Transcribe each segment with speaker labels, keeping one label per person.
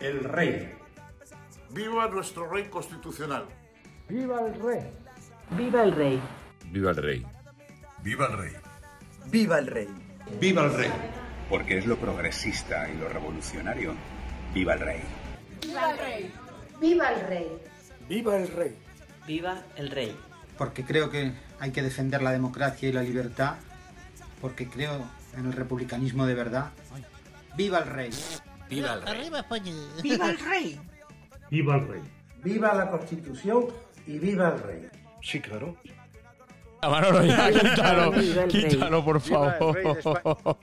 Speaker 1: El rey.
Speaker 2: Viva nuestro rey constitucional.
Speaker 3: ¡Viva el rey!
Speaker 4: Viva el rey.
Speaker 5: Viva el rey.
Speaker 2: Viva el rey.
Speaker 6: Viva el rey.
Speaker 7: Viva el rey.
Speaker 8: Porque es lo progresista y lo revolucionario. Viva el rey.
Speaker 9: Viva el rey.
Speaker 10: Viva el rey.
Speaker 3: Viva el rey.
Speaker 4: Viva el rey.
Speaker 11: Porque creo que hay que defender la democracia y la libertad. Porque creo en el republicanismo de verdad. Viva el rey.
Speaker 12: Viva el rey. Arriba
Speaker 13: España. Viva el rey.
Speaker 14: Viva el rey.
Speaker 15: Viva la Constitución y viva el rey.
Speaker 2: Sí, claro.
Speaker 16: Manolo, ya, quítalo, quítalo, por favor.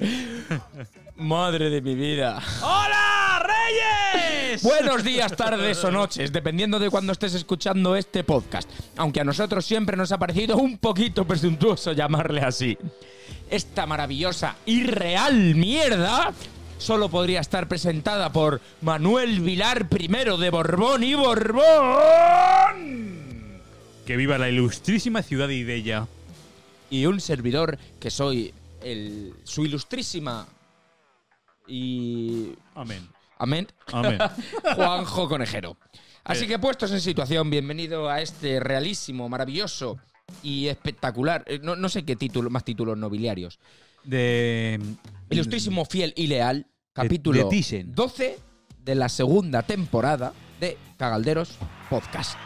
Speaker 16: Madre de mi vida.
Speaker 17: ¡Hola, Reyes!
Speaker 16: Buenos días, tardes o noches, dependiendo de cuando estés escuchando este podcast. Aunque a nosotros siempre nos ha parecido un poquito presuntuoso llamarle así. Esta maravillosa y real mierda solo podría estar presentada por Manuel Vilar I de Borbón y Borbón.
Speaker 18: Que viva la ilustrísima ciudad de Idella.
Speaker 16: Y un servidor que soy el, su ilustrísima y...
Speaker 18: Amén.
Speaker 16: Amén.
Speaker 18: Amén.
Speaker 16: Juanjo Conejero. Así que puestos en situación, bienvenido a este realísimo, maravilloso y espectacular, eh, no, no sé qué título, más títulos nobiliarios.
Speaker 18: De... Mm.
Speaker 16: Ilustrísimo, fiel y leal, capítulo
Speaker 18: de Thyssen.
Speaker 16: 12 de la segunda temporada de Cagalderos Podcast.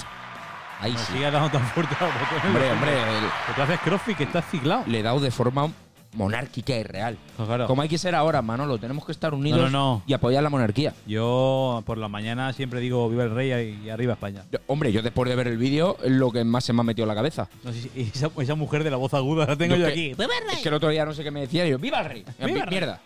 Speaker 16: Ahí
Speaker 18: No
Speaker 16: sí.
Speaker 18: sigas dando tan fuerte a los botones.
Speaker 16: Hombre, hombre, el-
Speaker 18: Que tú haces crossfit, que estás ciclado.
Speaker 16: le he dado de forma monárquica y real.
Speaker 18: Pues claro.
Speaker 16: Como hay que ser ahora, Manolo, tenemos que estar unidos
Speaker 18: No, no, no.
Speaker 16: y apoyar la monarquía.
Speaker 18: Yo por la mañana siempre digo viva el rey y arriba España.
Speaker 16: Yo- Hombre, yo después de ver el vídeo, es lo que más se me ha metido en la cabeza.
Speaker 18: No sé si- y esa, esa mujer de la voz aguda la tengo
Speaker 16: Yo
Speaker 18: yo,
Speaker 16: que-
Speaker 18: aquí.
Speaker 13: Viva el
Speaker 16: Es
Speaker 13: rey.
Speaker 16: que el otro día no sé qué me decía y yo, ¡viva el rey!
Speaker 18: ¡Viva el rey!
Speaker 16: ¡Mierda!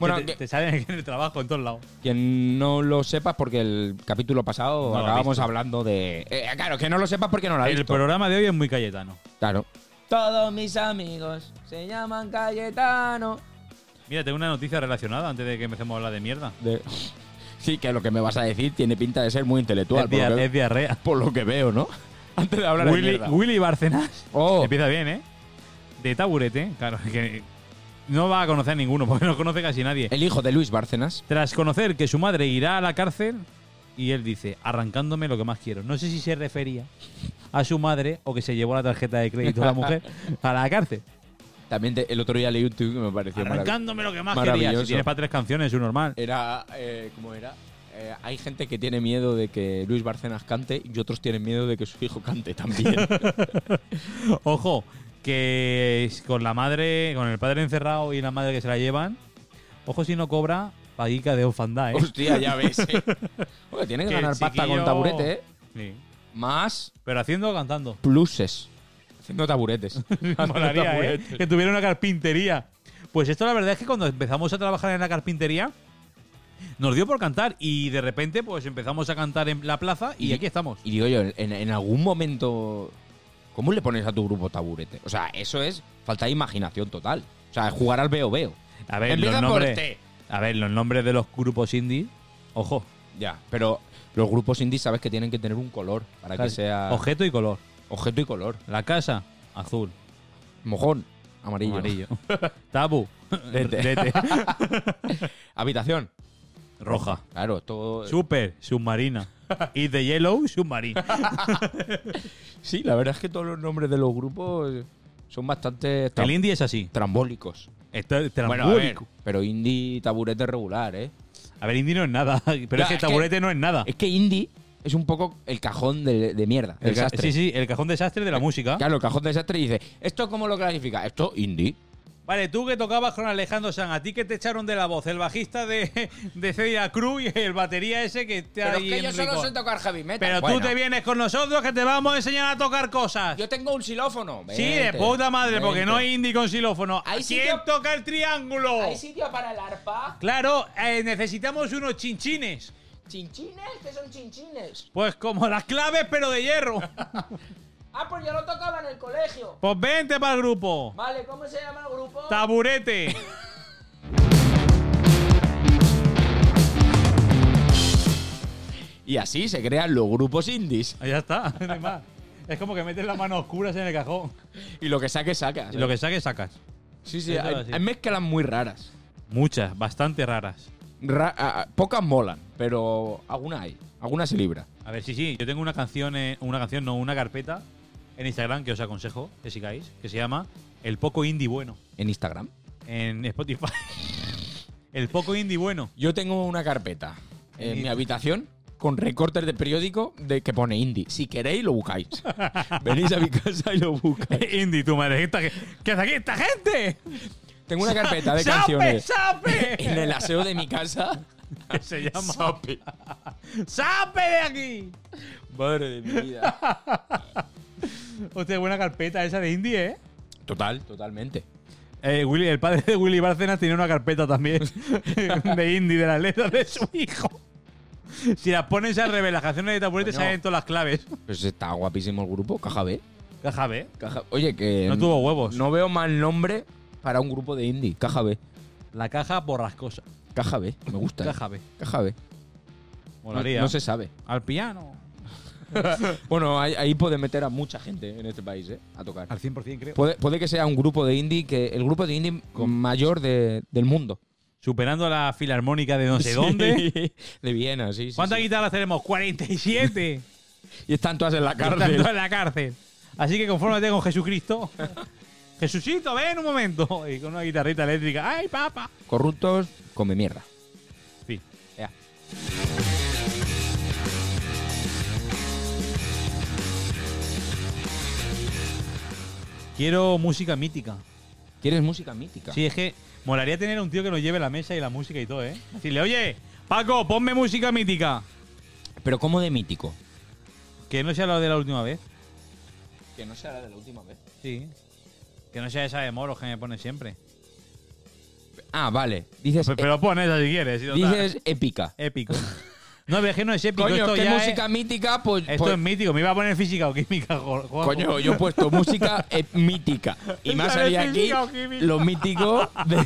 Speaker 18: Bueno,
Speaker 16: Bueno,
Speaker 18: te,
Speaker 16: que-
Speaker 18: te salen aquí en el trabajo, en todos lados.
Speaker 16: Quien no lo sepas, porque el capítulo pasado
Speaker 18: No lo ha
Speaker 16: acabamos
Speaker 18: visto.
Speaker 16: hablando de. Eh, claro, que no lo sepas porque no lo has
Speaker 18: El
Speaker 16: visto.
Speaker 18: programa de hoy es muy cayetano.
Speaker 16: Claro. Todos mis amigos se llaman Cayetano.
Speaker 18: Mira, tengo una noticia relacionada antes de que empecemos a hablar de mierda.
Speaker 16: De- Sí, que lo que me vas a decir tiene pinta de ser muy intelectual.
Speaker 18: es,
Speaker 16: por,
Speaker 18: dia-
Speaker 16: lo que,
Speaker 18: es diarrea.
Speaker 16: por lo que veo, ¿no? Antes de hablar de
Speaker 18: Willy,
Speaker 16: mierda.
Speaker 18: Willy Bárcenas.
Speaker 16: Oh,
Speaker 18: Empieza bien, ¿eh? De taburete, claro, que no va a conocer ninguno, porque no conoce casi nadie.
Speaker 16: el hijo de Luis Bárcenas.
Speaker 18: Tras conocer que su madre irá a la cárcel, y él dice, arrancándome lo que más quiero. No sé si se refería a su madre o que se llevó la tarjeta de crédito a la mujer a la cárcel.
Speaker 16: También te- el otro día leí un tuit que me pareció maravilloso.
Speaker 18: Arrancándome lo que más
Speaker 16: Maravilloso.
Speaker 18: quería. Si tienes para tres canciones, es normal.
Speaker 16: Era. eh, ¿Cómo era? Eh, hay gente que tiene miedo de que Luis Bárcenas cante y otros tienen miedo de que su hijo cante también.
Speaker 18: Ojo, que es con la madre, con el padre encerrado y la madre que se la llevan, ojo si no cobra paguica de ofandá, ¿eh?
Speaker 16: Hostia, ya ves. eh. Oye, tiene que,
Speaker 18: Que el
Speaker 16: ganar pasta
Speaker 18: chiquillo-
Speaker 16: con taburete, ¿eh?
Speaker 18: Sí.
Speaker 16: Más
Speaker 18: Pero haciendo o cantando.
Speaker 16: pluses. Haciendo taburetes.
Speaker 18: Molaría, ¿eh? Que tuviera una carpintería. Pues esto la verdad es que cuando empezamos a trabajar en la carpintería, nos dio por cantar y de repente pues empezamos a cantar en la plaza y,
Speaker 16: Y-
Speaker 18: aquí estamos.
Speaker 16: Y digo yo, en, en algún momento. ¿Cómo le pones a tu grupo taburete? O sea, eso es falta de imaginación total. O sea, jugar al veo veo.
Speaker 18: a ver,
Speaker 16: Empieza
Speaker 18: los
Speaker 16: por este.
Speaker 18: nombres,
Speaker 16: T.
Speaker 18: a ver, los nombres de los grupos indie, ojo,
Speaker 16: Ya, pero los grupos indie sabes que tienen que tener un color para que sea
Speaker 18: objeto y color.
Speaker 16: objeto y color.
Speaker 18: La casa, azul.
Speaker 16: Mojón, amarillo.
Speaker 18: Tabu.
Speaker 16: Dete.
Speaker 18: Dete.
Speaker 16: Habitación,
Speaker 18: Roja.
Speaker 16: claro, todo.
Speaker 18: Super. Submarina. Y the yellow submarine.
Speaker 16: Sí, la verdad es que todos los nombres de los grupos eh, son bastante
Speaker 18: El
Speaker 16: tram-
Speaker 18: indie es así.
Speaker 16: trambólicos.
Speaker 18: Está
Speaker 16: Bueno, a ver,
Speaker 18: trambólico.
Speaker 16: pero indie taburete regular, ¿eh?
Speaker 18: a, ver. indie no es nada. Pero
Speaker 16: Ya,
Speaker 18: es que
Speaker 16: es
Speaker 18: taburete no es nada.
Speaker 16: Es que indie es un poco el cajón de, de mierda,
Speaker 18: El
Speaker 16: el
Speaker 18: ca-
Speaker 16: desastre.
Speaker 18: sí, sí, el cajón desastre de la música.
Speaker 16: Eh, Claro, el cajón de desastre dice, ¿esto cómo lo clasifica? Esto indie.
Speaker 18: Vale, tú que tocabas con Alejandro San, a ti que te echaron de la voz, el bajista de, de Celia Cruz y el batería ese que te ha
Speaker 16: tocar heavy metal.
Speaker 18: Pero tú te vienes con nosotros que te vamos a enseñar a tocar cosas.
Speaker 16: Yo tengo un xilófono.
Speaker 18: sí, de puta madre, porque no hay indie con xilófono.
Speaker 16: Hay
Speaker 18: ¿Quién
Speaker 16: sitio-
Speaker 18: toca el triángulo?
Speaker 16: ¿Hay sitio para el arpa?
Speaker 18: Claro, eh, necesitamos unos chinchines.
Speaker 16: ¿Chinchines? ¿Qué son chinchines?
Speaker 18: Pues como las claves, pero de hierro.
Speaker 1: Ah, pues yo lo tocaba en el colegio.
Speaker 18: Pues vente para el grupo.
Speaker 1: Vale, ¿cómo se llama el grupo?
Speaker 18: Taburete.
Speaker 16: Y así se crean los grupos indies.
Speaker 18: Ahí ya está. no hay más. Es como que metes las manos oscuras en el cajón.
Speaker 16: Y lo que saques, sacas.
Speaker 18: Y lo que saques, sacas.
Speaker 16: Sí, sí,
Speaker 18: Eso
Speaker 16: hay,
Speaker 18: es así.
Speaker 16: hay mezclas muy raras.
Speaker 18: Muchas, bastante raras.
Speaker 16: Ra- a- a- pocas molan, pero algunas hay. Algunas se libra.
Speaker 18: A ver, sí, sí. Yo tengo una canción, eh, una canción, no, una carpeta en Instagram que os aconsejo que sigáis, que se llama El Poco Indie Bueno.
Speaker 16: En Instagram.
Speaker 18: En Spotify. El Poco Indie Bueno.
Speaker 16: Yo tengo una carpeta en
Speaker 18: Sí.
Speaker 16: mi habitación con recortes de periódico de que pone indie. Si queréis, lo buscáis. Venís a mi casa y lo buscáis.
Speaker 18: indie, tu madre. ¿Esta- ¿Qué, qué hace aquí esta gente?
Speaker 16: Tengo una carpeta de
Speaker 18: ¡Sape,
Speaker 16: canciones
Speaker 18: sape!
Speaker 16: en el aseo de mi casa.
Speaker 18: Que se llama
Speaker 16: Sape.
Speaker 18: ¡Sape de aquí!
Speaker 16: Madre de mi vida.
Speaker 18: Hostia, buena carpeta esa de indie, ¿eh?
Speaker 16: Total, totalmente.
Speaker 18: Eh, Willy, el padre de Willy Bárcenas tiene una carpeta también de indie, de las letras de su hijo. Si las pones al revés, las canciones de taburete
Speaker 16: Coño.
Speaker 18: salen todas las claves.
Speaker 16: Pues está guapísimo el grupo, Caja B.
Speaker 18: Caja B.
Speaker 16: Caja- Oye, que.
Speaker 18: No tuvo huevos.
Speaker 16: No veo mal nombre para un grupo de indie. Caja B.
Speaker 18: La caja borrascosa.
Speaker 16: Caja B. Me gusta. eh.
Speaker 18: Caja B.
Speaker 16: Caja B. No-
Speaker 18: Molaría.
Speaker 16: No, se sabe.
Speaker 18: Al piano.
Speaker 16: Bueno, ahí, ahí puede meter a mucha gente en este país, ¿eh? A tocar.
Speaker 18: Al 100% creo.
Speaker 16: Puede, puede que sea un grupo de indie, que el grupo de indie con mayor de- del mundo.
Speaker 18: Superando a la filarmónica de no sé dónde.
Speaker 16: Sí. De Viena, sí. sí,
Speaker 18: ¿Cuántas
Speaker 16: sí.
Speaker 18: guitarras tenemos? 47.
Speaker 16: Y están todas en la
Speaker 18: Están
Speaker 16: cárcel.
Speaker 18: todas en la cárcel. Así que confórmate con Jesucristo. Jesucito, ven un momento. Y con una guitarrita eléctrica. ¡Ay, papá!
Speaker 16: Corruptos, come mierda.
Speaker 18: Fin.
Speaker 16: Ya.
Speaker 18: Quiero música mítica.
Speaker 16: ¿Quieres música mítica?
Speaker 18: Sí, es que molaría tener un tío que nos lleve la mesa y la música y todo, ¿eh? Decirle, oye, Paco, ponme música mítica.
Speaker 16: Pero ¿cómo de mítico?
Speaker 18: Que no sea la de la última vez.
Speaker 16: Que no sea la de la última vez.
Speaker 18: Sí. Que no sea esa de moros que me pone siempre.
Speaker 16: Ah, vale. Dices,
Speaker 18: Pero, Pues, pero pon esa si quieres. y
Speaker 16: eh,
Speaker 18: total.
Speaker 16: dices épica.
Speaker 18: Épico. No, pero es que no es épico.
Speaker 16: Coño,
Speaker 18: esto
Speaker 16: ¿qué
Speaker 18: ya
Speaker 16: música
Speaker 18: es,
Speaker 16: mítica? Pues,
Speaker 18: Esto
Speaker 16: pues-
Speaker 18: es mítico. Me iba a poner física o química, jo- Juanjo.
Speaker 16: Coño, yo he puesto música eh, mítica. Y me ha
Speaker 18: ¿Sabes
Speaker 16: salido aquí
Speaker 18: física o química?
Speaker 16: lo mítico de...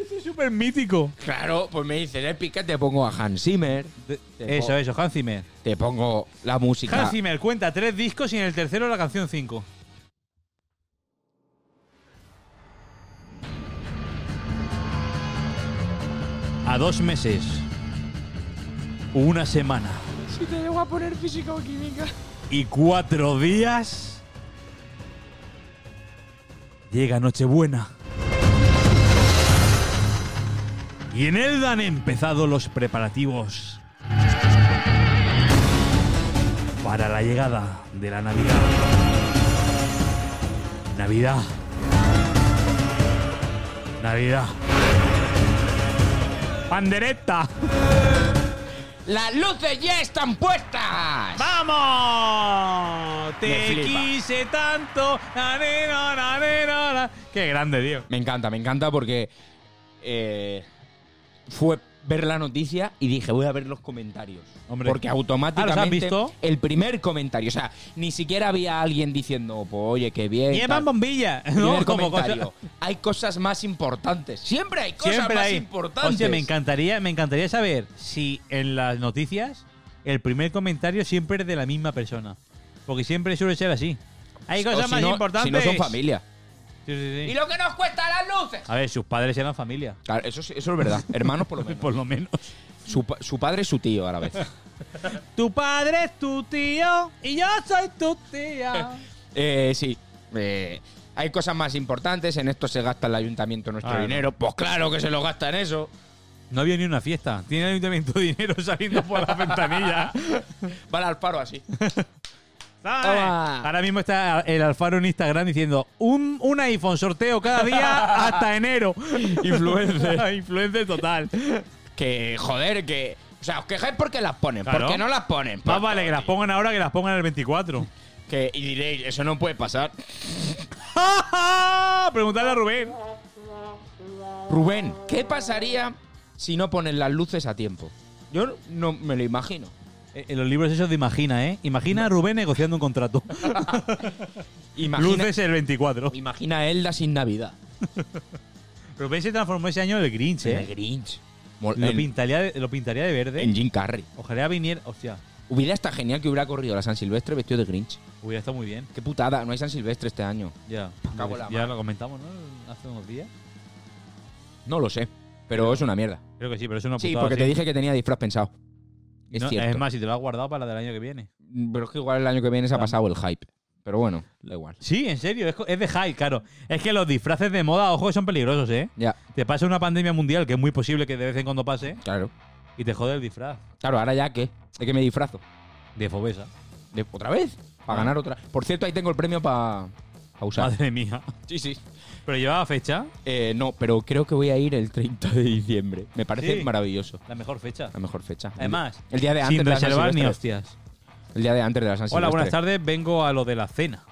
Speaker 18: Eso es súper mítico.
Speaker 16: Claro, pues me dices épica, te pongo a Hans Zimmer, te
Speaker 18: Eso,
Speaker 16: po-
Speaker 18: eso, Hans Zimmer.
Speaker 16: te pongo la música...
Speaker 18: Hans Zimmer cuenta tres discos y en el tercero la canción 5. A dos meses. Una semana.
Speaker 16: Si te llego a poner física o química.
Speaker 18: y cuatro días llega Nochebuena. Y en Elda han empezado los preparativos para la llegada de la Navidad. Navidad. Navidad. Pandereta.
Speaker 16: ¡Las luces ya están puestas!
Speaker 18: ¡Vamos!
Speaker 16: Me
Speaker 18: Te
Speaker 16: flipa.
Speaker 18: quise tanto. Na, ni, no, na, ni, no, na. Qué grande, tío.
Speaker 16: Me encanta, me encanta porque eh, fue ver la noticia y dije, voy a ver los comentarios.
Speaker 18: Hombre.
Speaker 16: Porque
Speaker 18: Ah, ¿los has
Speaker 16: automáticamente
Speaker 18: visto?
Speaker 16: el primer comentario, o sea, ni siquiera había alguien diciendo, pues, oye, qué bien.
Speaker 18: Llevan
Speaker 16: tal.
Speaker 18: bombilla.
Speaker 16: Primer
Speaker 18: ¿no? Como
Speaker 16: comentario.
Speaker 18: cosa-
Speaker 16: Hay cosas más importantes. Siempre hay cosas
Speaker 18: Siempre
Speaker 16: más
Speaker 18: ahí.
Speaker 16: importantes.
Speaker 18: Hostia, me encantaría, me encantaría saber si en las noticias el primer comentario siempre es de la misma persona. Porque siempre suele ser así. Hay
Speaker 16: O
Speaker 18: cosas
Speaker 16: si
Speaker 18: más
Speaker 16: no-
Speaker 18: importantes.
Speaker 16: Si no son familia.
Speaker 18: Sí, sí, sí.
Speaker 1: ¿Y lo que nos cuesta las luces?
Speaker 18: A ver, sus padres eran familia.
Speaker 16: Claro, eso, sí- eso es verdad. Hermanos, por lo menos.
Speaker 18: Por lo menos.
Speaker 16: Su, pa- su padre es su tío a la vez.
Speaker 18: Tu padre es tu tío y yo soy tu tía.
Speaker 16: Eh, sí. Eh, hay cosas más importantes. En esto se gasta el ayuntamiento nuestro
Speaker 18: Claro.
Speaker 16: dinero. Pues claro que se lo gasta en eso.
Speaker 18: No había ni una fiesta. Tiene el ayuntamiento dinero saliendo por la ventanilla.
Speaker 16: Vale al paro así.
Speaker 18: ¿Sabes?
Speaker 16: Toma.
Speaker 18: Ahora mismo está el Alfaro en Instagram diciendo un, un iPhone sorteo cada día hasta enero.
Speaker 16: Influencer.
Speaker 18: Influencer total.
Speaker 16: Que joder, que. O sea, os quejáis porque las ponen.
Speaker 18: Claro.
Speaker 16: Porque no las ponen.
Speaker 18: Más
Speaker 16: Pues,
Speaker 18: vale que las pongan ahora que las pongan el 24.
Speaker 16: que- y diréis, eso no puede pasar.
Speaker 18: Preguntarle a Rubén.
Speaker 16: Rubén, ¿qué pasaría si no ponen las luces a tiempo? Yo no me lo imagino.
Speaker 18: Eh, En los libros esos de Imagina, ¿eh? Imagina a Rubén negociando un contrato.
Speaker 16: Imagina,
Speaker 18: Luces el 24.
Speaker 16: imagina a Elda sin Navidad.
Speaker 18: Rubén se transformó ese año en el Grinch,
Speaker 16: En el
Speaker 18: ¿eh?
Speaker 16: Grinch. Mol-
Speaker 18: Lo
Speaker 16: en-
Speaker 18: pintaría de, lo pintaría de verde.
Speaker 16: en Jim Carrey.
Speaker 18: Ojalá viniera. Hostia,
Speaker 16: Hubiera estado genial que hubiera corrido la San Silvestre vestido de Grinch.
Speaker 18: hubiera estado muy bien.
Speaker 16: Qué putada, no hay San Silvestre este año.
Speaker 18: Ya.
Speaker 16: cago en la
Speaker 18: Ya
Speaker 16: mar.
Speaker 18: lo comentamos, ¿no? Hace unos días.
Speaker 16: No lo sé, pero es una mierda.
Speaker 18: Creo que sí, pero es una
Speaker 16: Sí,
Speaker 18: putada,
Speaker 16: porque te dije que tenía disfraz pensado. Es
Speaker 18: No,
Speaker 16: cierto.
Speaker 18: es más, si te lo has guardado para la del año que viene.
Speaker 16: Pero es que igual el año que viene se ha
Speaker 18: Tam-
Speaker 16: pasado el hype. Pero bueno, da igual.
Speaker 18: Sí, en serio, es, co- es de high, claro. Es que los disfraces de moda, ojo, que son peligrosos, ¿eh?
Speaker 16: Ya,
Speaker 18: Te pasa una pandemia mundial, que es muy posible que de vez en cuando pase,
Speaker 16: claro.
Speaker 18: y te jode el disfraz
Speaker 16: Claro, ahora ya qué. ¿De qué me disfrazo?
Speaker 18: de Fobesa.
Speaker 16: ¿De otra vez? Para ganar otra. Por cierto, ahí tengo el premio para usar.
Speaker 18: Madre mía.
Speaker 16: Sí, sí.
Speaker 18: Pero llevaba fecha,
Speaker 16: Eh, no, pero creo que voy a ir el 30 de diciembre. Me parece
Speaker 18: Sí.
Speaker 16: maravilloso.
Speaker 18: la mejor fecha.
Speaker 16: La mejor fecha.
Speaker 18: Además,
Speaker 16: el día de antes
Speaker 18: sin
Speaker 16: de la San
Speaker 18: reservar ni
Speaker 16: Silvestre.
Speaker 18: hostias.
Speaker 16: El día de antes de la San
Speaker 18: Hola,
Speaker 16: Silvestre.
Speaker 18: buenas tardes, vengo a lo de la cena.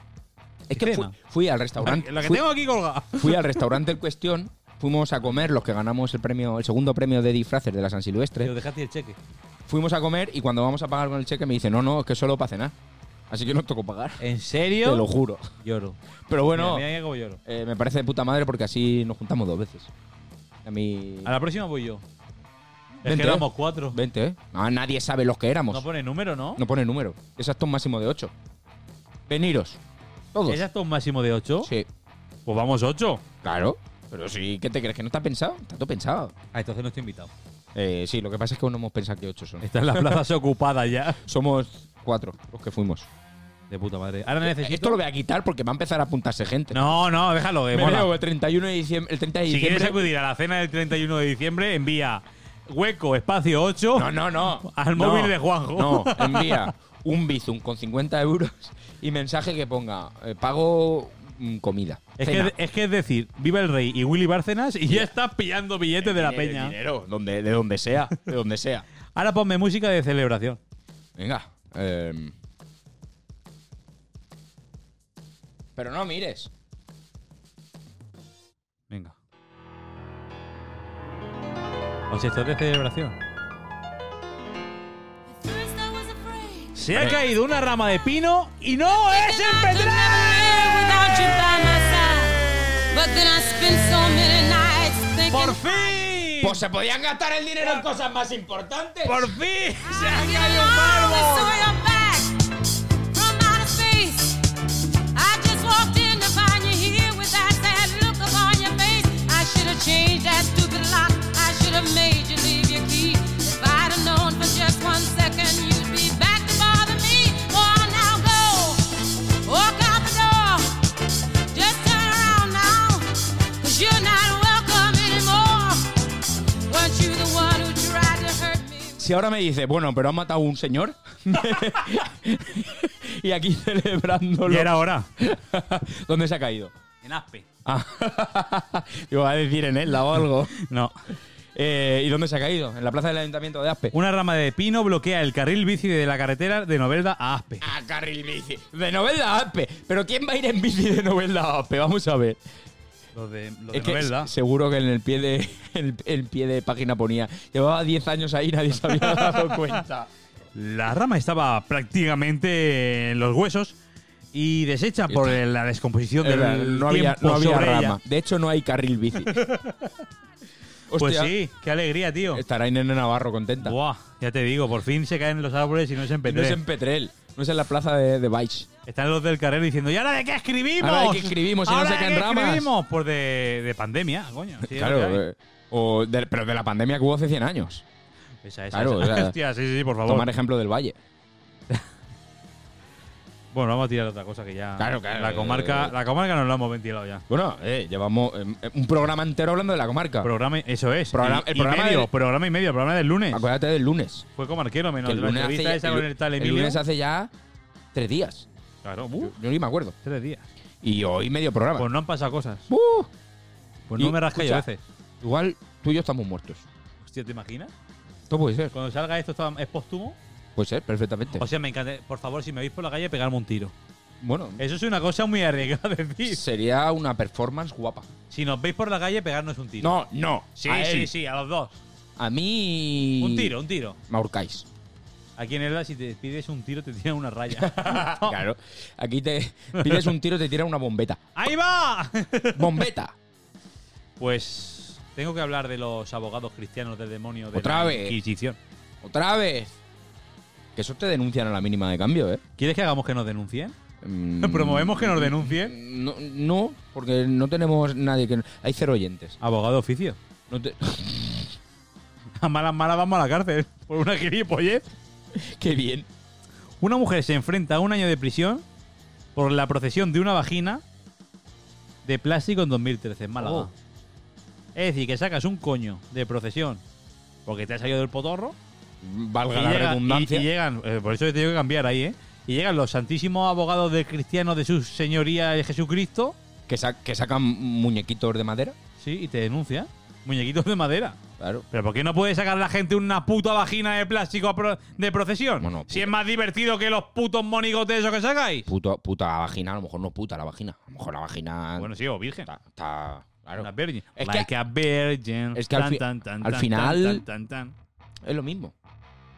Speaker 16: Es que fui,
Speaker 18: Cena.
Speaker 16: fui al
Speaker 18: La
Speaker 16: restaurante.
Speaker 18: que, la que
Speaker 16: fui-
Speaker 18: tengo aquí colgada.
Speaker 16: Fui al restaurante en cuestión, fuimos a comer los que ganamos el premio, el segundo premio de disfraces de la San
Speaker 18: Pero
Speaker 16: Silvestre.
Speaker 18: dejaste el cheque.
Speaker 16: Fuimos a comer y cuando vamos a pagar con el cheque me dice, no, no, es que solo para cenar. Así que no tocó pagar.
Speaker 18: ¿En
Speaker 16: Te
Speaker 18: serio?
Speaker 16: lo juro.
Speaker 18: Lloro.
Speaker 16: Pero bueno,
Speaker 18: Mira, mira cómo lloro.
Speaker 16: eh, me parece de puta madre porque así nos juntamos dos veces. A mí.
Speaker 18: A la próxima voy yo. Es
Speaker 16: Vente,
Speaker 18: que éramos cuatro.
Speaker 16: 20, ¿eh? No, nadie sabe los que éramos.
Speaker 18: No pone número, ¿no?
Speaker 16: No pone número. Exacto, un máximo de 8. Veniros. Todos.
Speaker 18: ¿Es hasta un máximo de ocho?
Speaker 16: Sí,
Speaker 18: Pues vamos ocho.
Speaker 16: claro. Pero sí, ¿qué te crees? ¿Que no está pensado? Está todo pensado.
Speaker 18: Ah, entonces no estoy invitado.
Speaker 16: Eh, sí, lo que pasa es que aún no hemos pensado que 8 son.
Speaker 18: Están las plazas ocupadas ya.
Speaker 16: Somos cuatro los que fuimos. Eh,
Speaker 18: De puta madre. Ahora necesito.
Speaker 16: Esto lo voy a quitar porque va a empezar a apuntarse gente.
Speaker 18: No, no, déjalo. Que
Speaker 16: Me
Speaker 18: mola.
Speaker 16: veo el 31 de diciembre. El 30 de
Speaker 18: Si
Speaker 16: diciembre.
Speaker 18: quieres acudir a la cena del 31 de diciembre, envía hueco espacio 8.
Speaker 16: no, no, no.
Speaker 18: Al
Speaker 16: No,
Speaker 18: móvil de Juanjo.
Speaker 16: No, envía un bizum con 50 euros y mensaje que ponga: eh, pago mm, comida.
Speaker 18: Es
Speaker 16: cena.
Speaker 18: que, es que es decir, viva el rey y Willy Bárcenas y ya estás pillando billetes de la
Speaker 16: Dinero,
Speaker 18: peña.
Speaker 16: Dinero, donde, de donde sea. De donde sea.
Speaker 18: Ahora ponme música de celebración.
Speaker 16: Venga. em. Pero no mires.
Speaker 18: Venga. O sea, Pues esto es de celebración. Se ha caído una rama de pino y no es el pendrive. ¡Por fin!
Speaker 16: Pues se podían gastar el dinero en cosas más importantes.
Speaker 18: ¡Por fin! ¡Se ha caído
Speaker 5: Oh,
Speaker 18: un árbol!
Speaker 5: I just walked in to find you here with that sad look upon your face. I should have changed that stupid lock. I should have made you leave your key. If I'd have known for just one second you'd be back to bother me. Oh, now go. Walk out the door. Just turn around now. you you're not welcome anymore. Weren't you the one who tried to hurt me?
Speaker 16: Si ahora me dice, bueno, pero ha matado a un señor. y aquí celebrándolo.
Speaker 18: Y era hora.
Speaker 16: ¿Dónde se ha caído?
Speaker 18: En Aspe.
Speaker 16: Ah, Yo iba a decir en Elda o algo.
Speaker 18: No.
Speaker 16: Eh, ¿Y dónde se ha caído? En la plaza del ayuntamiento de Aspe.
Speaker 18: Una rama de pino bloquea el carril bici de la carretera de Novelda a Aspe.
Speaker 16: Ah, carril bici. De novela a Aspe. Pero ¿quién va a ir en bici de novela a Aspe? Vamos a ver.
Speaker 18: Los de, los
Speaker 16: Es que se- seguro que en el pie de en el pie de página ponía. Llevaba 10 años ahí, nadie se había dado cuenta.
Speaker 18: La rama estaba prácticamente en los huesos y deshecha por la descomposición
Speaker 16: Es
Speaker 18: del
Speaker 16: verdad, no había,
Speaker 18: tiempo
Speaker 16: no había
Speaker 18: sobre
Speaker 16: rama.
Speaker 18: ella.
Speaker 16: De hecho, no hay carril bici.
Speaker 18: Pues
Speaker 16: Hostia,
Speaker 18: sí, qué alegría, tío.
Speaker 16: Estará Inés Navarro contenta.
Speaker 18: Buah, ya te digo, por fin se caen los árboles y no se
Speaker 16: Y No
Speaker 18: empedre.
Speaker 16: es en Petrel, no es en la plaza de, de Baix.
Speaker 18: Están los del carril diciendo, ¿y ahora de qué escribimos?
Speaker 16: Ahora de qué escribimos si no
Speaker 18: ¿Ahora
Speaker 16: se
Speaker 18: de
Speaker 16: caen
Speaker 18: qué
Speaker 16: ramas?"
Speaker 18: escribimos? Pues de, de pandemia, coño. Sí, es lo que hay.
Speaker 16: claro, eh, o de- pero de la pandemia que hubo hace 100 años.
Speaker 18: Esa, esa,
Speaker 16: claro,
Speaker 18: esa.
Speaker 16: o sea,
Speaker 18: Hostia, sí, sí, por favor.
Speaker 16: Tomar ejemplo del Valle.
Speaker 18: Bueno, vamos a tirar otra cosa que ya.
Speaker 16: Claro, claro. eh,
Speaker 18: La comarca, la comarca nos la hemos ventilado ya.
Speaker 16: Bueno, eh, llevamos eh, un programa entero hablando de la comarca.
Speaker 18: Programa, eso es.
Speaker 16: Programa-
Speaker 18: y,
Speaker 16: el
Speaker 18: y
Speaker 16: programa
Speaker 18: medio,
Speaker 16: del-
Speaker 18: programa y medio, programa del lunes.
Speaker 16: Acuérdate del lunes.
Speaker 18: Fue comarquero menos
Speaker 16: que el
Speaker 18: la
Speaker 16: lunes,
Speaker 18: entrevista
Speaker 16: hace,
Speaker 18: esa
Speaker 16: el lu-
Speaker 18: con el tal
Speaker 16: el
Speaker 18: Emilio.
Speaker 16: lunes hace ya tres días.
Speaker 18: Claro,
Speaker 16: Yo,
Speaker 18: uh,
Speaker 16: yo ni me acuerdo.
Speaker 18: tres días.
Speaker 16: Y hoy medio programa.
Speaker 18: Pues no han pasado cosas.
Speaker 16: Ah, Uh,
Speaker 18: Pues no
Speaker 16: Y,
Speaker 18: me rasca yo a
Speaker 16: escucha.
Speaker 18: veces.
Speaker 16: igual tú y yo estamos muertos.
Speaker 18: Hostia, ¿te imaginas?
Speaker 16: Esto puede ser.
Speaker 18: Cuando salga esto está- es póstumo.
Speaker 16: Puede ser, perfectamente.
Speaker 18: O sea, me encanta. Por favor, si me veis por la calle, pegarme un tiro.
Speaker 16: bueno,
Speaker 18: Eso es una cosa muy arriesgada de decir.
Speaker 16: sería una performance guapa.
Speaker 18: Si nos veis por la calle, pegarnos un tiro.
Speaker 16: No, no.
Speaker 18: Sí,
Speaker 16: a
Speaker 18: sí,
Speaker 16: él.
Speaker 18: sí, a los dos.
Speaker 16: A mí.
Speaker 18: Un tiro, un tiro.
Speaker 16: Me ahorcáis.
Speaker 18: Aquí en Elda, si te pides un tiro, te tiran una raya. Oh.
Speaker 16: claro. Aquí te pides un tiro, te tira una bombeta.
Speaker 18: ¡Ahí va!
Speaker 16: ¡Bombeta!
Speaker 18: Pues tengo que hablar de los abogados cristianos del demonio de
Speaker 16: Otra
Speaker 18: la
Speaker 16: vez.
Speaker 18: Inquisición.
Speaker 16: ¡Otra vez! Que eso te denuncian a la mínima de cambio, ¿eh?
Speaker 18: ¿Quieres que hagamos que nos denuncien?
Speaker 16: Mm,
Speaker 18: ¿Promovemos que nos denuncien?
Speaker 16: No, no, porque no tenemos nadie que. Hay cero oyentes.
Speaker 18: Abogado de oficio.
Speaker 16: No te-
Speaker 18: A malas malas vamos a la cárcel por una gilipollez.
Speaker 16: ¡Qué bien!
Speaker 18: Una mujer se enfrenta a un año de prisión por la procesión de una vagina de plástico en 2013 en Málaga.
Speaker 16: Oh.
Speaker 18: Es decir, que sacas un coño de procesión porque te ha salido del potorro.
Speaker 16: Valga
Speaker 18: y
Speaker 16: la
Speaker 18: llega-
Speaker 16: redundancia.
Speaker 18: y- y llegan, eh, por eso he tenido que cambiar ahí, ¿eh? Y llegan los santísimos abogados de cristianos de su señoría de Jesucristo,
Speaker 16: que, sa- que sacan muñequitos de madera.
Speaker 18: sí, y te denuncian. Muñequitos de madera.
Speaker 16: Claro.
Speaker 18: ¿Pero por qué no puede sacar la gente una puta vagina de plástico a pro- de procesión?
Speaker 16: Bueno,
Speaker 18: si es más divertido que los putos monigotes esos que sacáis.
Speaker 16: Puto- puta vagina, a lo mejor no puta la vagina. A lo mejor la vagina.
Speaker 18: Bueno, sí, o virgen.
Speaker 16: está. está- claro.
Speaker 18: Una virgin.
Speaker 16: Es
Speaker 18: Like
Speaker 16: que-
Speaker 18: a virgin.
Speaker 16: es que al
Speaker 18: Tan,
Speaker 16: fi-
Speaker 18: tan, tan,
Speaker 16: al
Speaker 18: tan,
Speaker 16: final-
Speaker 18: tan, tan, tan,
Speaker 16: Es lo mismo.